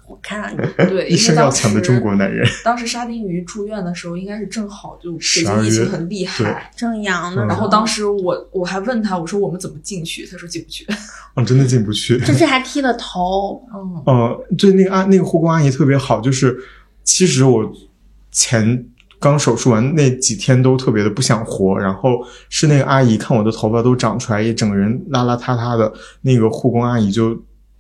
Speaker 3: 我看
Speaker 4: *laughs*
Speaker 2: 对，
Speaker 4: 一
Speaker 2: 因为
Speaker 4: 生要
Speaker 2: 当
Speaker 4: 强的
Speaker 2: 时
Speaker 4: 中国男人。
Speaker 2: 当时沙丁鱼住院的时候，应该是正好就北
Speaker 4: 12
Speaker 2: 京疫情
Speaker 4: 月
Speaker 2: 很厉
Speaker 4: 对
Speaker 2: 害。
Speaker 3: 正阳呢，
Speaker 4: 嗯
Speaker 2: 然后当
Speaker 3: 时
Speaker 2: 时我我还问他，我说我们怎么进去？他说进不去。
Speaker 4: 我哦真的进不
Speaker 2: *laughs*
Speaker 4: 去。
Speaker 3: 就是还剃了头，
Speaker 2: 嗯，
Speaker 4: 呃，对，那个阿那个护工阿姨特别好，就是其实我前刚手术完那几天都特别的不想活，然后是那个阿姨看我的头发都长出来，也整个人邋邋遢遢的，那个护工阿姨就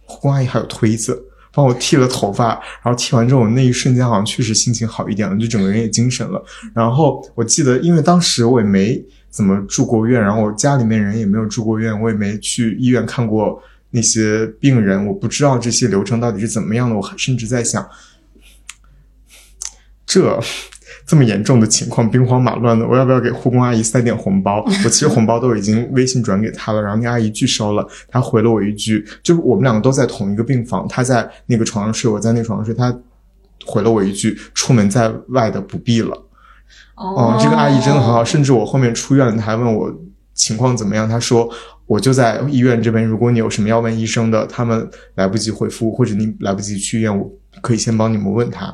Speaker 4: 护工阿姨还有推子。帮我剃了头发，然后剃完之后，我那一瞬间好像确实心情好一点了，就整个人也精神了。然后我记得，因为当时我也没怎么住过院，然后我家里面人也没有住过院，我也没去医院看过那些病人，我不知道这些流程到底是怎么样的。我还甚至在想，这这么严重的情况，兵荒马乱的，我要不要给护工阿姨塞点红包？我其实红包都已经微信转给她了，然后那阿姨拒收了，她回了我一句，就是我们两个都在同一个病房，她在那个床上睡，我在那床上睡，她回了我一句，出门在外的不必了。哦，这个阿姨真的很好，甚至我后面出院了，她还问我情况怎么样，她说我就在医院这边，如果你有什么要问医生的，他们来不及回复或者你来不及去医院，我可以先帮你们问他。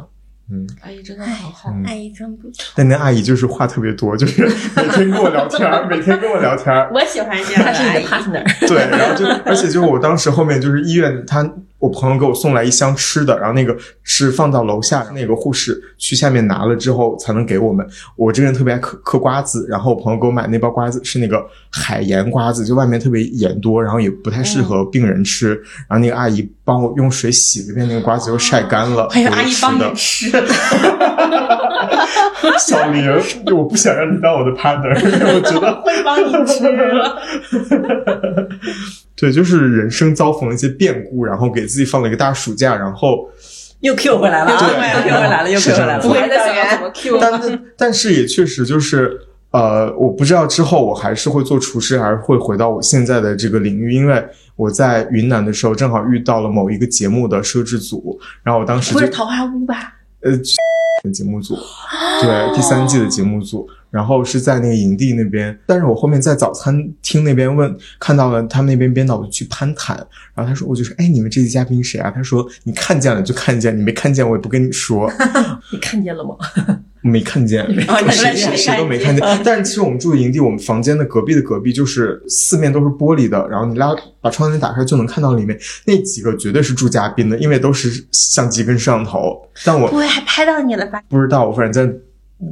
Speaker 4: 嗯，
Speaker 2: 阿姨哎真的很好。
Speaker 4: 嗯
Speaker 3: 阿姨真不错，
Speaker 4: 但那阿姨就是话特别多，就是每天跟我聊天儿，每天跟我聊天儿，
Speaker 3: 我喜欢这样
Speaker 1: 他
Speaker 3: 的
Speaker 1: 是你
Speaker 3: 阿
Speaker 1: 的
Speaker 3: 姨。
Speaker 1: partner，
Speaker 4: *laughs* 对，然后就而且就是我当时后面就是医院他。我朋友给我送来一箱吃的，然后那个是放到楼下，那个护士去下面拿了之后才能给我们。我这个人特别爱嗑嗑瓜子，然后我朋友给我买那包瓜子是那个海盐瓜子，就外面特别盐多，然后也不太
Speaker 3: 嗯
Speaker 4: 适合病人吃。然后那个阿姨帮我用水洗了一遍那个瓜子，又晒干了，
Speaker 3: 还有
Speaker 4: 我
Speaker 3: 阿姨
Speaker 4: 吃
Speaker 3: 帮
Speaker 4: 的 *laughs*
Speaker 3: 你吃，
Speaker 4: 小玲，我不想让你当我的 partner，我 *laughs* 觉得
Speaker 3: 会帮你吃了。
Speaker 4: 对，就是人生遭逢了一些变故，然后给自己放了一个大暑假，然后，
Speaker 1: 又 Q 回来了啊，
Speaker 4: 对
Speaker 1: 又 Q 回来了，又
Speaker 4: 是
Speaker 1: Q 回
Speaker 4: 这
Speaker 1: 来
Speaker 4: 样
Speaker 1: 了
Speaker 4: 子。
Speaker 2: 我还在想要怎么 Q
Speaker 4: *laughs* 但但但是也确实就是，呃，我不知道之后我还是会做厨师，还是会回到我现在的这个领域，因为我在云南的时候正好遇到了某一个节目的摄制组，然后我当时
Speaker 3: 不
Speaker 4: 就是
Speaker 3: 桃花坞吧？
Speaker 4: 的节目组，对第三季的节目组，然后是在那个营地那边，但是我后面在早餐厅那边问，看到了他们那边编导去攀谈，然后他说我就说，哎，你们这期嘉宾谁啊？他说你看见了就看见，你没看见我也不跟你说，
Speaker 1: 你看见了吗？
Speaker 4: 没看 *laughs* 见，
Speaker 1: 看见
Speaker 4: 谁谁谁都哦没看见。嗯但是其实我们住的营地，我们房间的隔壁的隔壁就是四面都是玻璃的，然后你拉把窗帘打开就能看到里面那几个绝对是住嘉宾的，因为都是相机跟摄像头，但我
Speaker 3: 不会还拍到你了吧？
Speaker 4: 不知道，我反正在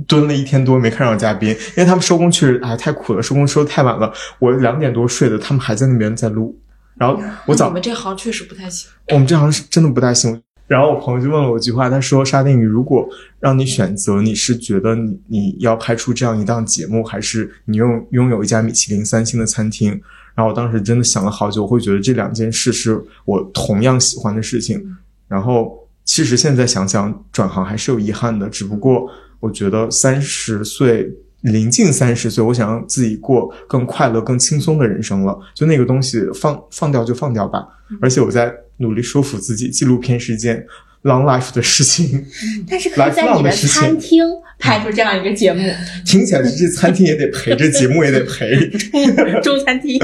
Speaker 4: 蹲了一天多没看上嘉宾，因为他们收工确实哎太苦了，收工收得太晚了，我两点多睡的，他们还在那边在录，然后我
Speaker 2: 我
Speaker 4: 早
Speaker 2: 你们这行确实不太行。
Speaker 4: 我们这好像是真的不太行。然后我朋友就问了我一句话，他说：“沙丁鱼，如果让你选择，你是觉得你你要拍出这样一档节目，还是你拥拥有一家米其林三星的餐厅？”然后我当时真的想了好久，我会觉得这两件事是我同样喜欢的事情。然后其实现在想想，转行还是有遗憾的，只不过我觉得三十岁。临近三十岁，我想让自己过更快乐、更轻松的人生了。就那个东西放放掉就放掉吧，而且我在努力说服自己，纪录片是一件 long life 的事情。 *laughs*
Speaker 3: 但是可以在你的餐厅拍出这样一个节目，
Speaker 4: 听起来是这餐厅也得陪，这节目也得
Speaker 1: *laughs*
Speaker 4: 陪。
Speaker 3: *laughs* 中餐厅。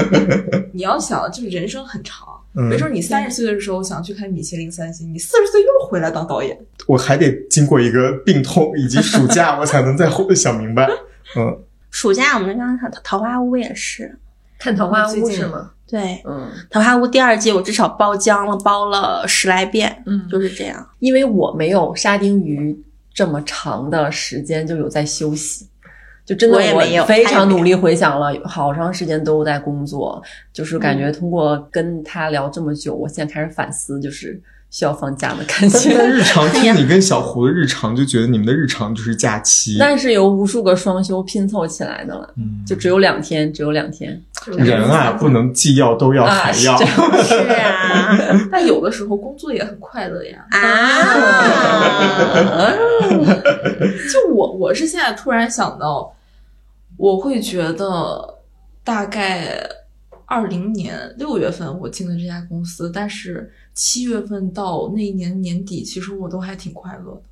Speaker 2: 你要想，就是人生很长，
Speaker 4: 嗯
Speaker 2: 没，准你三十岁的时候想去开米其林三星，你四十岁又回来当导演。
Speaker 4: 我还得经过一个病痛以及
Speaker 1: *laughs*
Speaker 4: 暑假，我才能再想明白。嗯，
Speaker 3: 暑假我们刚刚看桃花坞也是，
Speaker 1: 看桃花
Speaker 2: 最
Speaker 1: 坞
Speaker 2: 近
Speaker 1: 是吗？
Speaker 3: 对，
Speaker 1: 嗯
Speaker 3: 桃花坞第二季我至少包浆了，包了十来遍，
Speaker 1: 嗯
Speaker 3: 就是这样。
Speaker 1: 因为我没有沙丁鱼这么长的时间就有在休息，就真的
Speaker 3: 我也没有
Speaker 1: 非
Speaker 3: 他也
Speaker 1: 常
Speaker 3: 没有
Speaker 1: 努力回想了，好长时间都在工作，就是感
Speaker 3: 嗯
Speaker 1: 觉通过跟他聊这么久，我现在开始反思，就是需要放假的感
Speaker 3: *laughs*
Speaker 4: 现在
Speaker 1: 觉。
Speaker 4: 日常听你跟小胡的日常，就觉得你们的日常就是假期，
Speaker 1: 但是有无数个双休拼凑起来的了，
Speaker 4: 嗯
Speaker 1: 就只有两天，只有两天。
Speaker 4: 人啊，不能既要都要
Speaker 1: 啊
Speaker 4: 还
Speaker 1: 是
Speaker 4: 要。
Speaker 1: 这样 *laughs*
Speaker 3: 是啊，
Speaker 2: 但有的时候工作也很快乐呀。
Speaker 3: 啊，
Speaker 2: 就我我是现在突然想到，我会觉得大概二零年六月份我进了这家公司，但是七月份到那一年年底，其实我都还挺快乐的，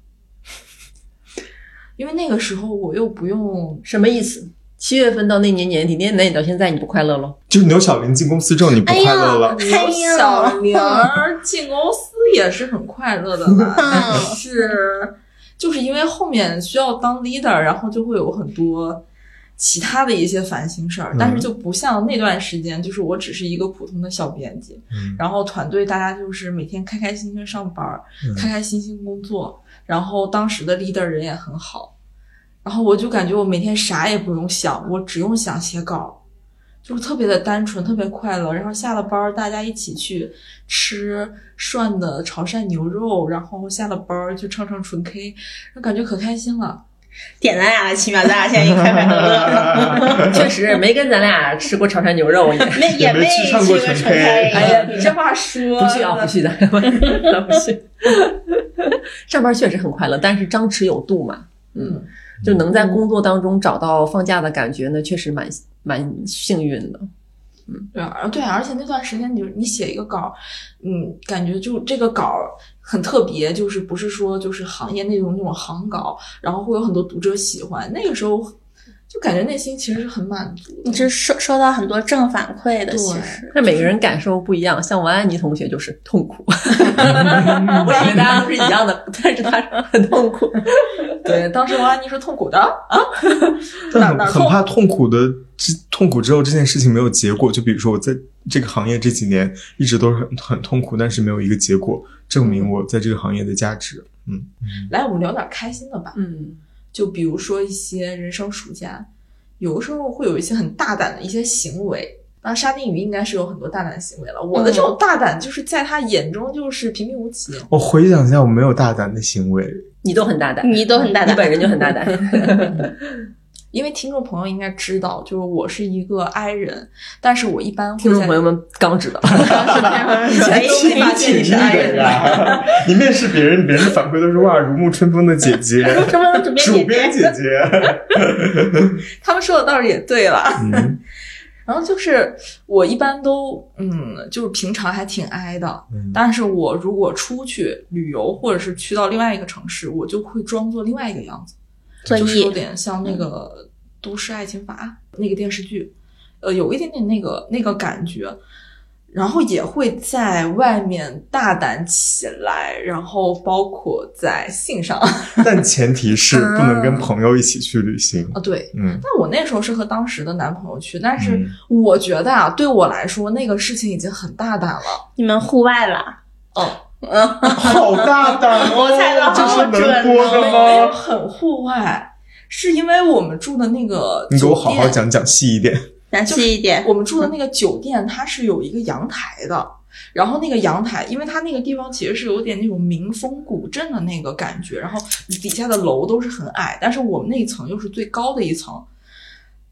Speaker 2: 因为那个时候我又不用
Speaker 1: 什么意思？七月份到那年年底，那年底到现在你不快乐
Speaker 3: *laughs*
Speaker 1: 喽？
Speaker 4: 就是牛小林进公司之后，你不
Speaker 3: 哎呀
Speaker 4: 快
Speaker 1: *laughs*
Speaker 4: 乐了， *laughs*
Speaker 2: 有小玲儿 *laughs* 进公司也是很快乐的 *laughs* 啦，但是就是因为后面需要当 leader，然后就会有很多其他的一些烦心事儿
Speaker 4: 嗯，
Speaker 2: 但是就不像那段时间，就是我只是一个普通的小编辑，
Speaker 4: 嗯
Speaker 2: 然后团队大家就是每天开开心心上班儿，
Speaker 4: 嗯
Speaker 2: 开开心心工作，然后当时的 leader 人也很好，然后我就感觉我每天啥也不用想，我只用想写稿，就是特别的单纯，特别快乐。然后下了班儿大家一起去吃涮的潮汕牛肉，然后下了班儿去唱唱纯 K，感觉可开心了。
Speaker 3: *laughs* 点咱俩的奇妙，咱俩现在已经
Speaker 1: 哎
Speaker 3: 快快乐乐了，
Speaker 1: 确实没跟咱俩吃过潮汕牛肉也。
Speaker 3: 那也
Speaker 4: *laughs* 没去
Speaker 3: 去
Speaker 4: 上过
Speaker 3: 纯
Speaker 4: 纯 K
Speaker 1: 哎呀
Speaker 2: 你这话说
Speaker 1: *laughs* 不去啊，不去的，不去。 *laughs* 上班确实很快乐，但是张弛有度嘛，
Speaker 2: 嗯，
Speaker 1: 就能在工作当中找到放假的感觉呢，确实蛮蛮幸运的。
Speaker 2: 对啊，对啊，而且那段时间你就你写一个稿儿，嗯，感觉就这个稿儿很特别，就是不是说就是行业内容那种行稿，然后会有很多读者喜欢。那个时候就感觉内心其实是很满足的
Speaker 3: 你。是收收到很多正反馈的，
Speaker 2: 对
Speaker 3: 其实
Speaker 1: 但每个人感受不一样，像王安妮同学就是痛 *laughs* 苦，我以为大家都是一样的，但是她很痛苦。
Speaker 2: *laughs* 对，当时王安妮是痛苦的啊，哪
Speaker 4: 但很
Speaker 2: 哪儿
Speaker 4: 很
Speaker 2: 痛
Speaker 4: 怕痛苦的，之痛苦之后这件事情没有结果。就比如说我在这个行业这几年一直都是很很痛苦，但是没有一个结果证明我在这个行业的价值。嗯，
Speaker 2: 来，我们聊点开心的吧。
Speaker 1: 嗯，
Speaker 2: 就比如说一些人生暑假，有的时候会有一些很大胆的一些行为。那沙丁鱼应该是有很多大胆的行为了，我的这种大胆就是在他眼中就是平平无奇。
Speaker 4: 我回想一下，我没有大胆的行为，
Speaker 1: 你都很嗯大胆，
Speaker 3: 你都很大
Speaker 1: 你
Speaker 3: 胆，
Speaker 1: 本人就很大 *laughs* 胆。
Speaker 2: 因为听众朋友应该知道，就是我是一个 I 人，但是我一般会
Speaker 1: 听众
Speaker 2: 在
Speaker 1: 朋友们刚知道，
Speaker 3: 以
Speaker 1: *laughs*
Speaker 3: 前都没哎发现你是爱人
Speaker 1: 啊
Speaker 3: 的。
Speaker 4: 呀！哎你面试别人，别人的反馈都是哇，如沐春风的姐姐，
Speaker 3: 什么 *laughs* 主编
Speaker 4: 主
Speaker 3: 姐
Speaker 4: 编
Speaker 3: 姐？
Speaker 4: 姐姐。
Speaker 2: 他们说的倒是也对了。
Speaker 4: 嗯
Speaker 2: 然后就是我一般都嗯，就是平常还挺 I 的，
Speaker 4: 嗯
Speaker 2: 但是我如果出去旅游或者是去到另外一个城市，我就会装作另外一个样子，
Speaker 3: 作
Speaker 2: 就是有
Speaker 3: 揖，
Speaker 2: 点像那个《都市爱情法》那个电视剧，呃，有一点点那个那个感觉。然后也会在外面大胆起来，然后包括在性上啊，
Speaker 4: 但前提是不能跟朋友一起去旅行。
Speaker 2: 对，
Speaker 4: 嗯，
Speaker 2: 但我那时候是和当时的男朋友去，但是
Speaker 4: 嗯
Speaker 2: 我觉得啊，对我来说那个事情已经很大胆了。
Speaker 3: 你们户外了，
Speaker 2: 哦，
Speaker 4: 好大胆哦！
Speaker 3: 我猜得
Speaker 4: 这
Speaker 3: 好
Speaker 4: 是
Speaker 3: 准
Speaker 4: 能播的
Speaker 2: 没有
Speaker 4: 吗？
Speaker 2: 很户外，是因为我们住的那个
Speaker 4: 你给我好好
Speaker 2: 酒店，
Speaker 4: 讲讲细一点。
Speaker 3: 详细一点。
Speaker 2: 我们住的那个酒店它是有一个阳台的。然后那个阳台，因为它那个地方其实是有点那种民风古镇的那个感觉，然后底下的楼都是很矮，但是我们那一层又是最高的一层。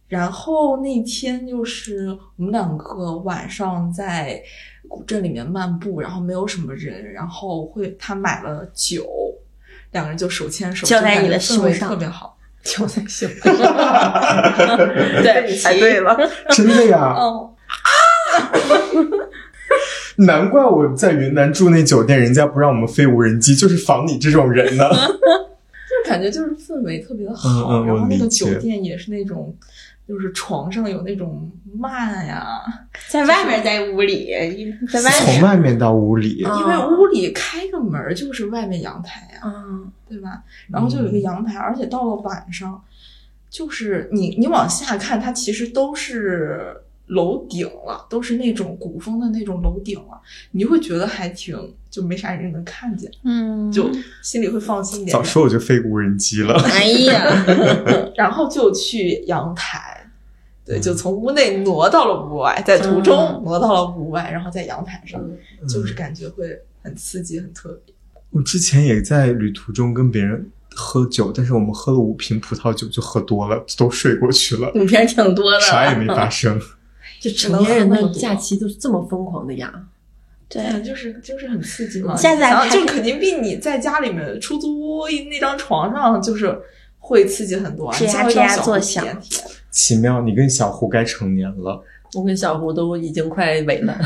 Speaker 2: 然后那天就是我们两个晚上在古镇里面漫步，然后没有什么人，然后会他买了酒，两个人就手牵手，
Speaker 3: 就在你的
Speaker 2: 感觉氛围
Speaker 3: 胸上
Speaker 2: 特别好。
Speaker 1: 就在笑。
Speaker 3: 对，
Speaker 2: 猜对了，
Speaker 4: 真的呀，啊
Speaker 2: 嗯，
Speaker 4: *laughs* 难怪我在云南住那酒店，人家不让我们飞无人机，就是防你这种人呢。
Speaker 2: 就是感觉就是氛围特别的好，
Speaker 4: 嗯嗯
Speaker 2: 然
Speaker 4: 我
Speaker 2: 后那个
Speaker 4: 理解
Speaker 2: 酒店也是那种，就是床上有那种幔呀，
Speaker 3: *laughs* 在外面，在屋里，在外
Speaker 4: 从
Speaker 3: 面。
Speaker 4: 外面到屋里，
Speaker 1: 啊
Speaker 2: 因为屋里开个门儿就是外面阳台呀，
Speaker 3: 嗯，
Speaker 2: 对吧？然后就有一个阳台，而且到了晚上，就是你你往下看，它其实都是楼顶了，都是那种古风的那种楼顶了，你就会觉得还挺就没啥人能看见，
Speaker 3: 嗯，
Speaker 2: 就心里会放心一点
Speaker 4: 早。说我就飞无人机了。
Speaker 3: 哎呀，
Speaker 2: 然后就去阳台。对，就从屋内挪到了屋外，在途中
Speaker 1: 嗯
Speaker 2: 挪到了屋外，然后在阳台上，
Speaker 1: 嗯
Speaker 2: 就是感觉会很刺激、很特别。
Speaker 4: 我之前也在旅途中跟别人喝酒，但是我们喝了五瓶葡萄酒就喝多了，都睡过去了，
Speaker 3: 五瓶挺多的，
Speaker 4: 啥也没发生。
Speaker 1: *laughs* 就成年人 *laughs* 的假期都是这么疯狂的呀，
Speaker 3: 对，
Speaker 2: 嗯，就是就是很刺激嘛。
Speaker 3: 下载
Speaker 2: 然后
Speaker 3: 还
Speaker 2: 就
Speaker 3: 可以
Speaker 2: 肯定比你在家里面出租屋那张床上就是会刺激很多啊，
Speaker 3: 吱呀吱呀
Speaker 2: 你稍微让小
Speaker 3: 作
Speaker 2: 狗
Speaker 3: 响
Speaker 2: 体验体验
Speaker 4: 奇妙，你跟小胡该成年了，
Speaker 1: 我跟小胡都已经快萎了。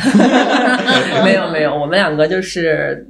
Speaker 1: 没有没有，我们两个就是，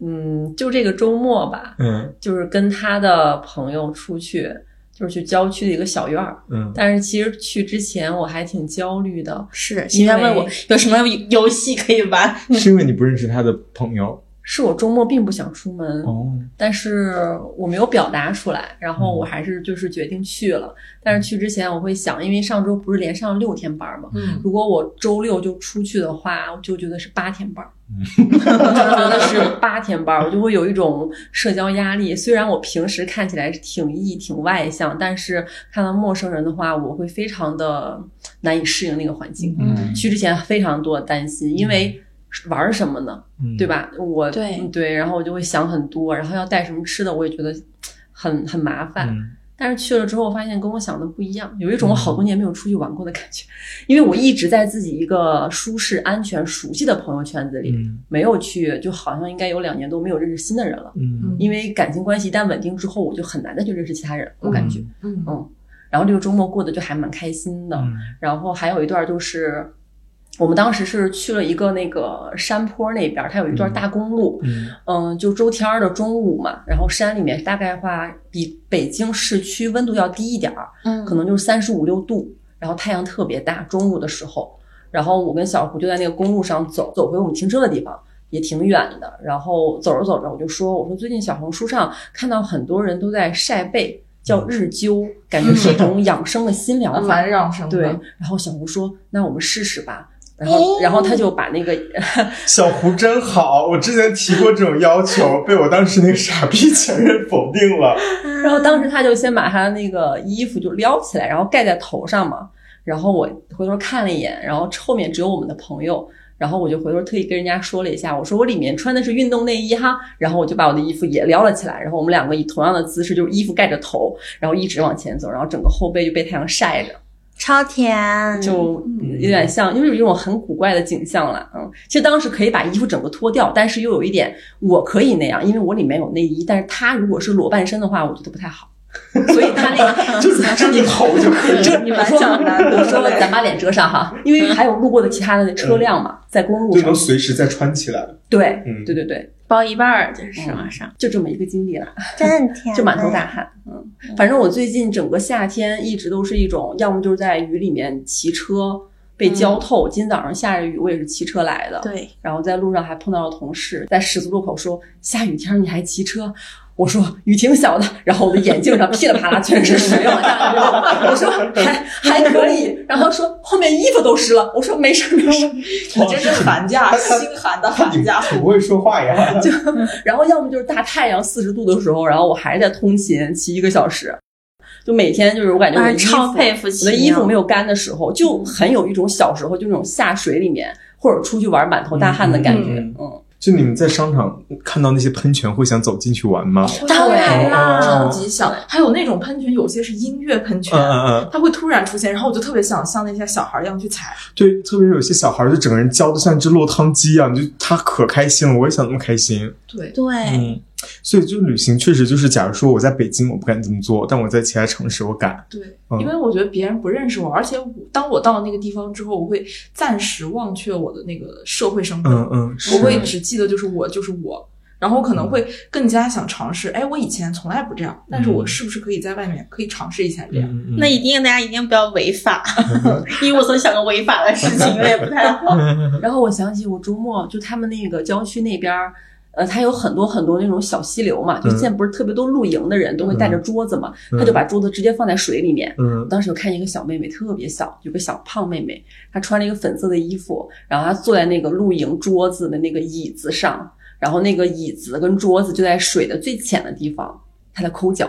Speaker 1: 嗯，就这个周末吧，
Speaker 4: 嗯
Speaker 1: 就是跟他的朋友出去，就是去郊区的一个小院儿。
Speaker 4: 嗯，
Speaker 1: 但是其实去之前我还挺焦虑的，
Speaker 3: 是，现在问我
Speaker 1: 因为
Speaker 3: 有什么游戏可以玩？
Speaker 4: 是因为你不认识他的朋友
Speaker 1: 是我周末并不想出门，
Speaker 4: 哦，
Speaker 1: 但是我没有表达出来，然后我还是就是决定去了。但是去之前我会想，因为上周不是连上六天班嘛，
Speaker 2: 嗯，
Speaker 1: 如果我周六就出去的话，我就觉得是八天班儿，我就觉得是八天班儿，我就会有一种社交压力。虽然我平时看起来是挺 E、挺外向，但是看到陌生人的话，我会非常的难以适应那个环境。
Speaker 4: 嗯
Speaker 1: 去之前非常多的担心，因为玩什么呢？
Speaker 4: 嗯
Speaker 1: 对？吧？我
Speaker 3: 对
Speaker 1: 嗯对，然后我就会想很多，然后要带什么吃的，我也觉得很很麻烦。
Speaker 4: 嗯
Speaker 1: 但是去了之后，发现跟我想的不一样，有一种我好多年没有出去玩过的感觉，因为我一直在自己一个舒适、安全、熟悉的朋友圈子里，
Speaker 4: 嗯
Speaker 1: 没有去，就好像应该有两年都没有认识新的人了。
Speaker 4: 嗯，
Speaker 1: 因为感情关系一旦稳定之后，我就很难再去认识其他人，我感觉。
Speaker 2: 嗯
Speaker 1: 嗯然后这个周末过得就还蛮开心的。
Speaker 4: 嗯
Speaker 1: 然后还有一段就是，我们当时是去了一个那个山坡那边，它有一段大公路，
Speaker 4: 嗯
Speaker 1: 嗯，就周天儿的中午嘛，然后山里面大概话比北京市区温度要低一点儿，
Speaker 3: 嗯
Speaker 1: 可能就是三十五六度，然后太阳特别大，中午的时候，然后我跟小胡就在那个公路上走，走回我们停车的地方。也挺远的，然后走着走着，我就说：“我说最近小红书上看到很多人都在晒背，叫日灸，感觉是一种养生的新疗法。
Speaker 2: 蛮让
Speaker 1: 嗯
Speaker 2: 生
Speaker 1: 对，
Speaker 2: 的。
Speaker 1: 然后小胡说：“那我们试试吧。”然后，然后他就把那个
Speaker 4: 小胡真好，我之前提过这种要求，被我当时那个傻逼前任否定了。
Speaker 1: 然后当时他就先把他那个衣服就撩起来，然后盖在头上嘛。然后我回头看了一眼，然后后面只有我们的朋友，然后我就回头特意跟人家说了一下，我说我里面穿的是运动内衣哈，然后我就把我的衣服也撩了起来，然后我们两个以同样的姿势，就是衣服盖着头，然后一直往前走，然后整个后背就被太阳晒着，
Speaker 3: 超甜，
Speaker 1: 就
Speaker 2: 嗯
Speaker 1: 有点像，就是有一种很古怪的景象了。嗯，其实当时可以把衣服整个脱掉，但是又有一点我可以那样，因为我里面有内衣，但是他如果是裸半身的话，我觉得不太好。所以他那个
Speaker 4: 嗯就是这个头就可以。
Speaker 1: 这
Speaker 2: 你蛮想男的
Speaker 1: 我说咱把脸遮上哈，因为还有路过的其他的车辆嘛，在公路
Speaker 4: 就
Speaker 1: 上
Speaker 4: 能。随时再穿起来，
Speaker 1: 对
Speaker 4: 嗯，
Speaker 1: 对对对，
Speaker 3: 包一半儿，就是往上，
Speaker 1: 就这么一个经历了，
Speaker 3: 嗯真 *laughs* 甜，
Speaker 1: 就满头大汗。嗯，反正我最近整个夏天一直都是一种，要么就是在雨里面骑车被浇透。今天早上下着雨，我也是骑车来的。
Speaker 3: 对，
Speaker 1: 然后在路上还碰到了同事，在十字路口说下雨天你还骑车。我说雨挺小的，然后我的眼镜上噼里啪啦全是水往下流。我说还还可以，然后说后面衣服都湿了。我说没事儿没事儿，
Speaker 2: 你真哦是寒 *laughs* 假，心寒的寒
Speaker 4: 你
Speaker 2: 假。
Speaker 4: 挺会说话呀。
Speaker 1: 就然后要么就是大太阳四十度的时候，然后我还在通勤骑一个小时，就每天就是我感觉我的
Speaker 3: 啊，
Speaker 1: 衣服
Speaker 3: 超佩服
Speaker 1: 我
Speaker 3: 奇
Speaker 1: 的
Speaker 3: 妙，
Speaker 1: 衣服没有干的时候，就很有一种小时候就那种下水里面或者出去玩满头大汗的感觉。
Speaker 4: 嗯
Speaker 1: 嗯，
Speaker 4: 就你们在商场看到那些喷泉，会想走进去玩吗？
Speaker 3: 当然啦
Speaker 2: 超级想。还有那种喷泉，有些是音乐喷泉
Speaker 4: 嗯，嗯嗯，
Speaker 2: 它会突然出现，然后我就特别想像那些小孩一样去踩。
Speaker 4: 对，特别是有些小孩儿，就整个人焦的像只落汤鸡一样，就他可开心了，我也想那么开心。
Speaker 2: 对，
Speaker 3: 对，
Speaker 4: 嗯，所以就旅行确实就是，假如说我在北京，我不敢这么做，但我在其他城市我敢。
Speaker 2: 对
Speaker 4: 嗯，
Speaker 2: 因为我觉得别人不认识我，而且我当我到那个地方之后，我会暂时忘却我的那个社会身份，
Speaker 4: 嗯嗯，是
Speaker 2: 我会只记得就是我就是我，然后我可能会更加想尝试，哎，我以前从来不这样，但是我是不是可以在外面可以尝试一下这样？
Speaker 4: 嗯嗯嗯
Speaker 3: 那一定大家一定不要违法，
Speaker 4: 嗯
Speaker 3: 因为我总想个违法的事情，有点不太好。
Speaker 1: 然后我想起我周末就他们那个郊区那边儿呃，它有很多很多那种小溪流嘛，就现在不是特别多露营的人都会带着桌子嘛，他就把桌子直接放在水里面。
Speaker 4: 嗯
Speaker 1: 我当时有看见一个小妹妹，特别小，有个小胖妹妹，她穿了一个粉色的衣服，然后她坐在那个露营桌子的那个椅子上，然后那个椅子跟桌子就在水的最浅的地方，她在抠脚，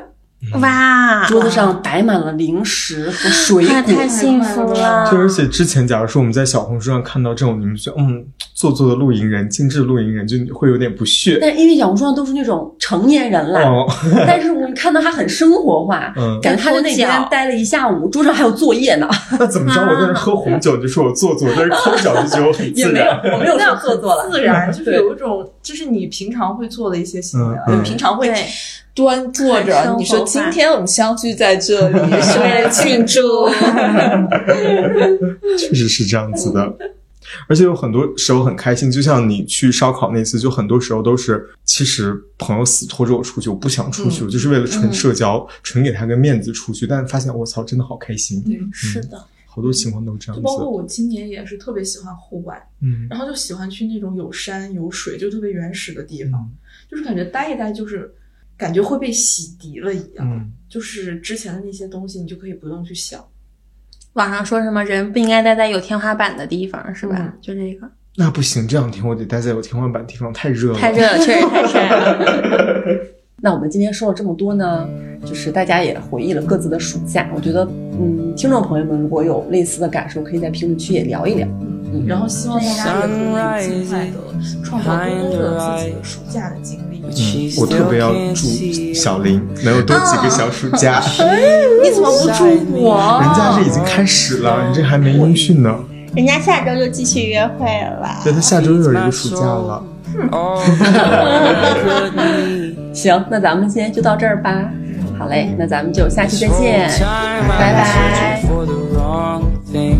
Speaker 3: *laughs*
Speaker 4: 嗯
Speaker 3: 哇，
Speaker 1: 桌子上摆满了零食和水
Speaker 3: 啊那
Speaker 1: 果。
Speaker 3: 太幸福了，
Speaker 4: 就而且之前，假如说我们在小红书上看到这种，你们觉得嗯，做作的露营人、精致露营人，就会有点不屑。
Speaker 1: 但是因为小红书上都是那种成年人啦，
Speaker 4: 哦，
Speaker 1: 但是我看到她很生活化，
Speaker 4: 嗯，
Speaker 1: 感觉她在那边待了一下午，桌上还有作业
Speaker 4: *laughs*
Speaker 1: 呢，
Speaker 4: 那怎么着？我在那儿喝红酒，就说我做作，但是抠脚就觉得我很
Speaker 1: 也
Speaker 4: 自
Speaker 1: 没有
Speaker 4: 然。，
Speaker 1: 我没有说
Speaker 2: 那样
Speaker 1: 做
Speaker 2: 很
Speaker 1: 作了，
Speaker 2: 自然，就是
Speaker 1: 对
Speaker 2: 有一种，就是你平常会做的一些行为啊，
Speaker 4: 嗯嗯嗯
Speaker 2: 就平常会
Speaker 3: 对
Speaker 2: 端坐
Speaker 3: 很
Speaker 2: 着
Speaker 3: 生。
Speaker 2: 你说
Speaker 3: 活化
Speaker 2: 今天我们相聚在
Speaker 3: *laughs*
Speaker 2: 这里是为了庆祝，
Speaker 4: 确实是这样子的。而且有很多时候很开心，就像你去烧烤那次，就很多时候都是，其实朋友死拖着我出去，我不想出
Speaker 2: 嗯
Speaker 4: 去，我就是为了纯社交，纯给他个面子出去。但发现我操，真的好开心，
Speaker 3: 是的，
Speaker 4: 好多情况都这
Speaker 2: 就
Speaker 4: 样
Speaker 2: 包括
Speaker 4: 子。
Speaker 2: 我今年也是特别喜欢户外，
Speaker 4: 嗯
Speaker 2: 然后就喜欢去那种有山有水就特别原始的地
Speaker 4: 嗯
Speaker 2: 方，就是感觉待一待就是感觉会被洗涤了一样，
Speaker 4: 嗯，
Speaker 2: 就是之前的那些东西你就可以不用去想，
Speaker 3: 网上说什么人不应该待在有天花板的地方，是吧？
Speaker 2: 嗯
Speaker 3: 就这个
Speaker 4: 那不行，这两天我得待在有天花板的地方，太热了。
Speaker 3: 太热了，确实
Speaker 4: *laughs*
Speaker 3: 太晒了。
Speaker 1: 那我们今天说了这么多呢，就是大家也回忆了各自的暑假。我觉得，嗯，听众朋友们如果有类似的感受，可以在评论区也聊一聊。嗯
Speaker 2: 然后希望大家也可以尽快的创造更多的自己的暑假的经历。
Speaker 4: 嗯我特别要祝小林能有多几
Speaker 2: 啊
Speaker 4: 个小暑假， *laughs*
Speaker 3: 你怎么不祝我？
Speaker 4: 人家是已经开始了，你这还
Speaker 2: 哦
Speaker 4: 没音讯呢。
Speaker 3: 人家下周就继续约会了
Speaker 4: 对，。他下周又有一个暑假了，
Speaker 1: 行，那咱们今天就到这儿吧。好嘞，那咱们就下期再见，拜
Speaker 5: 拜
Speaker 1: 拜。
Speaker 5: For the wrong thing.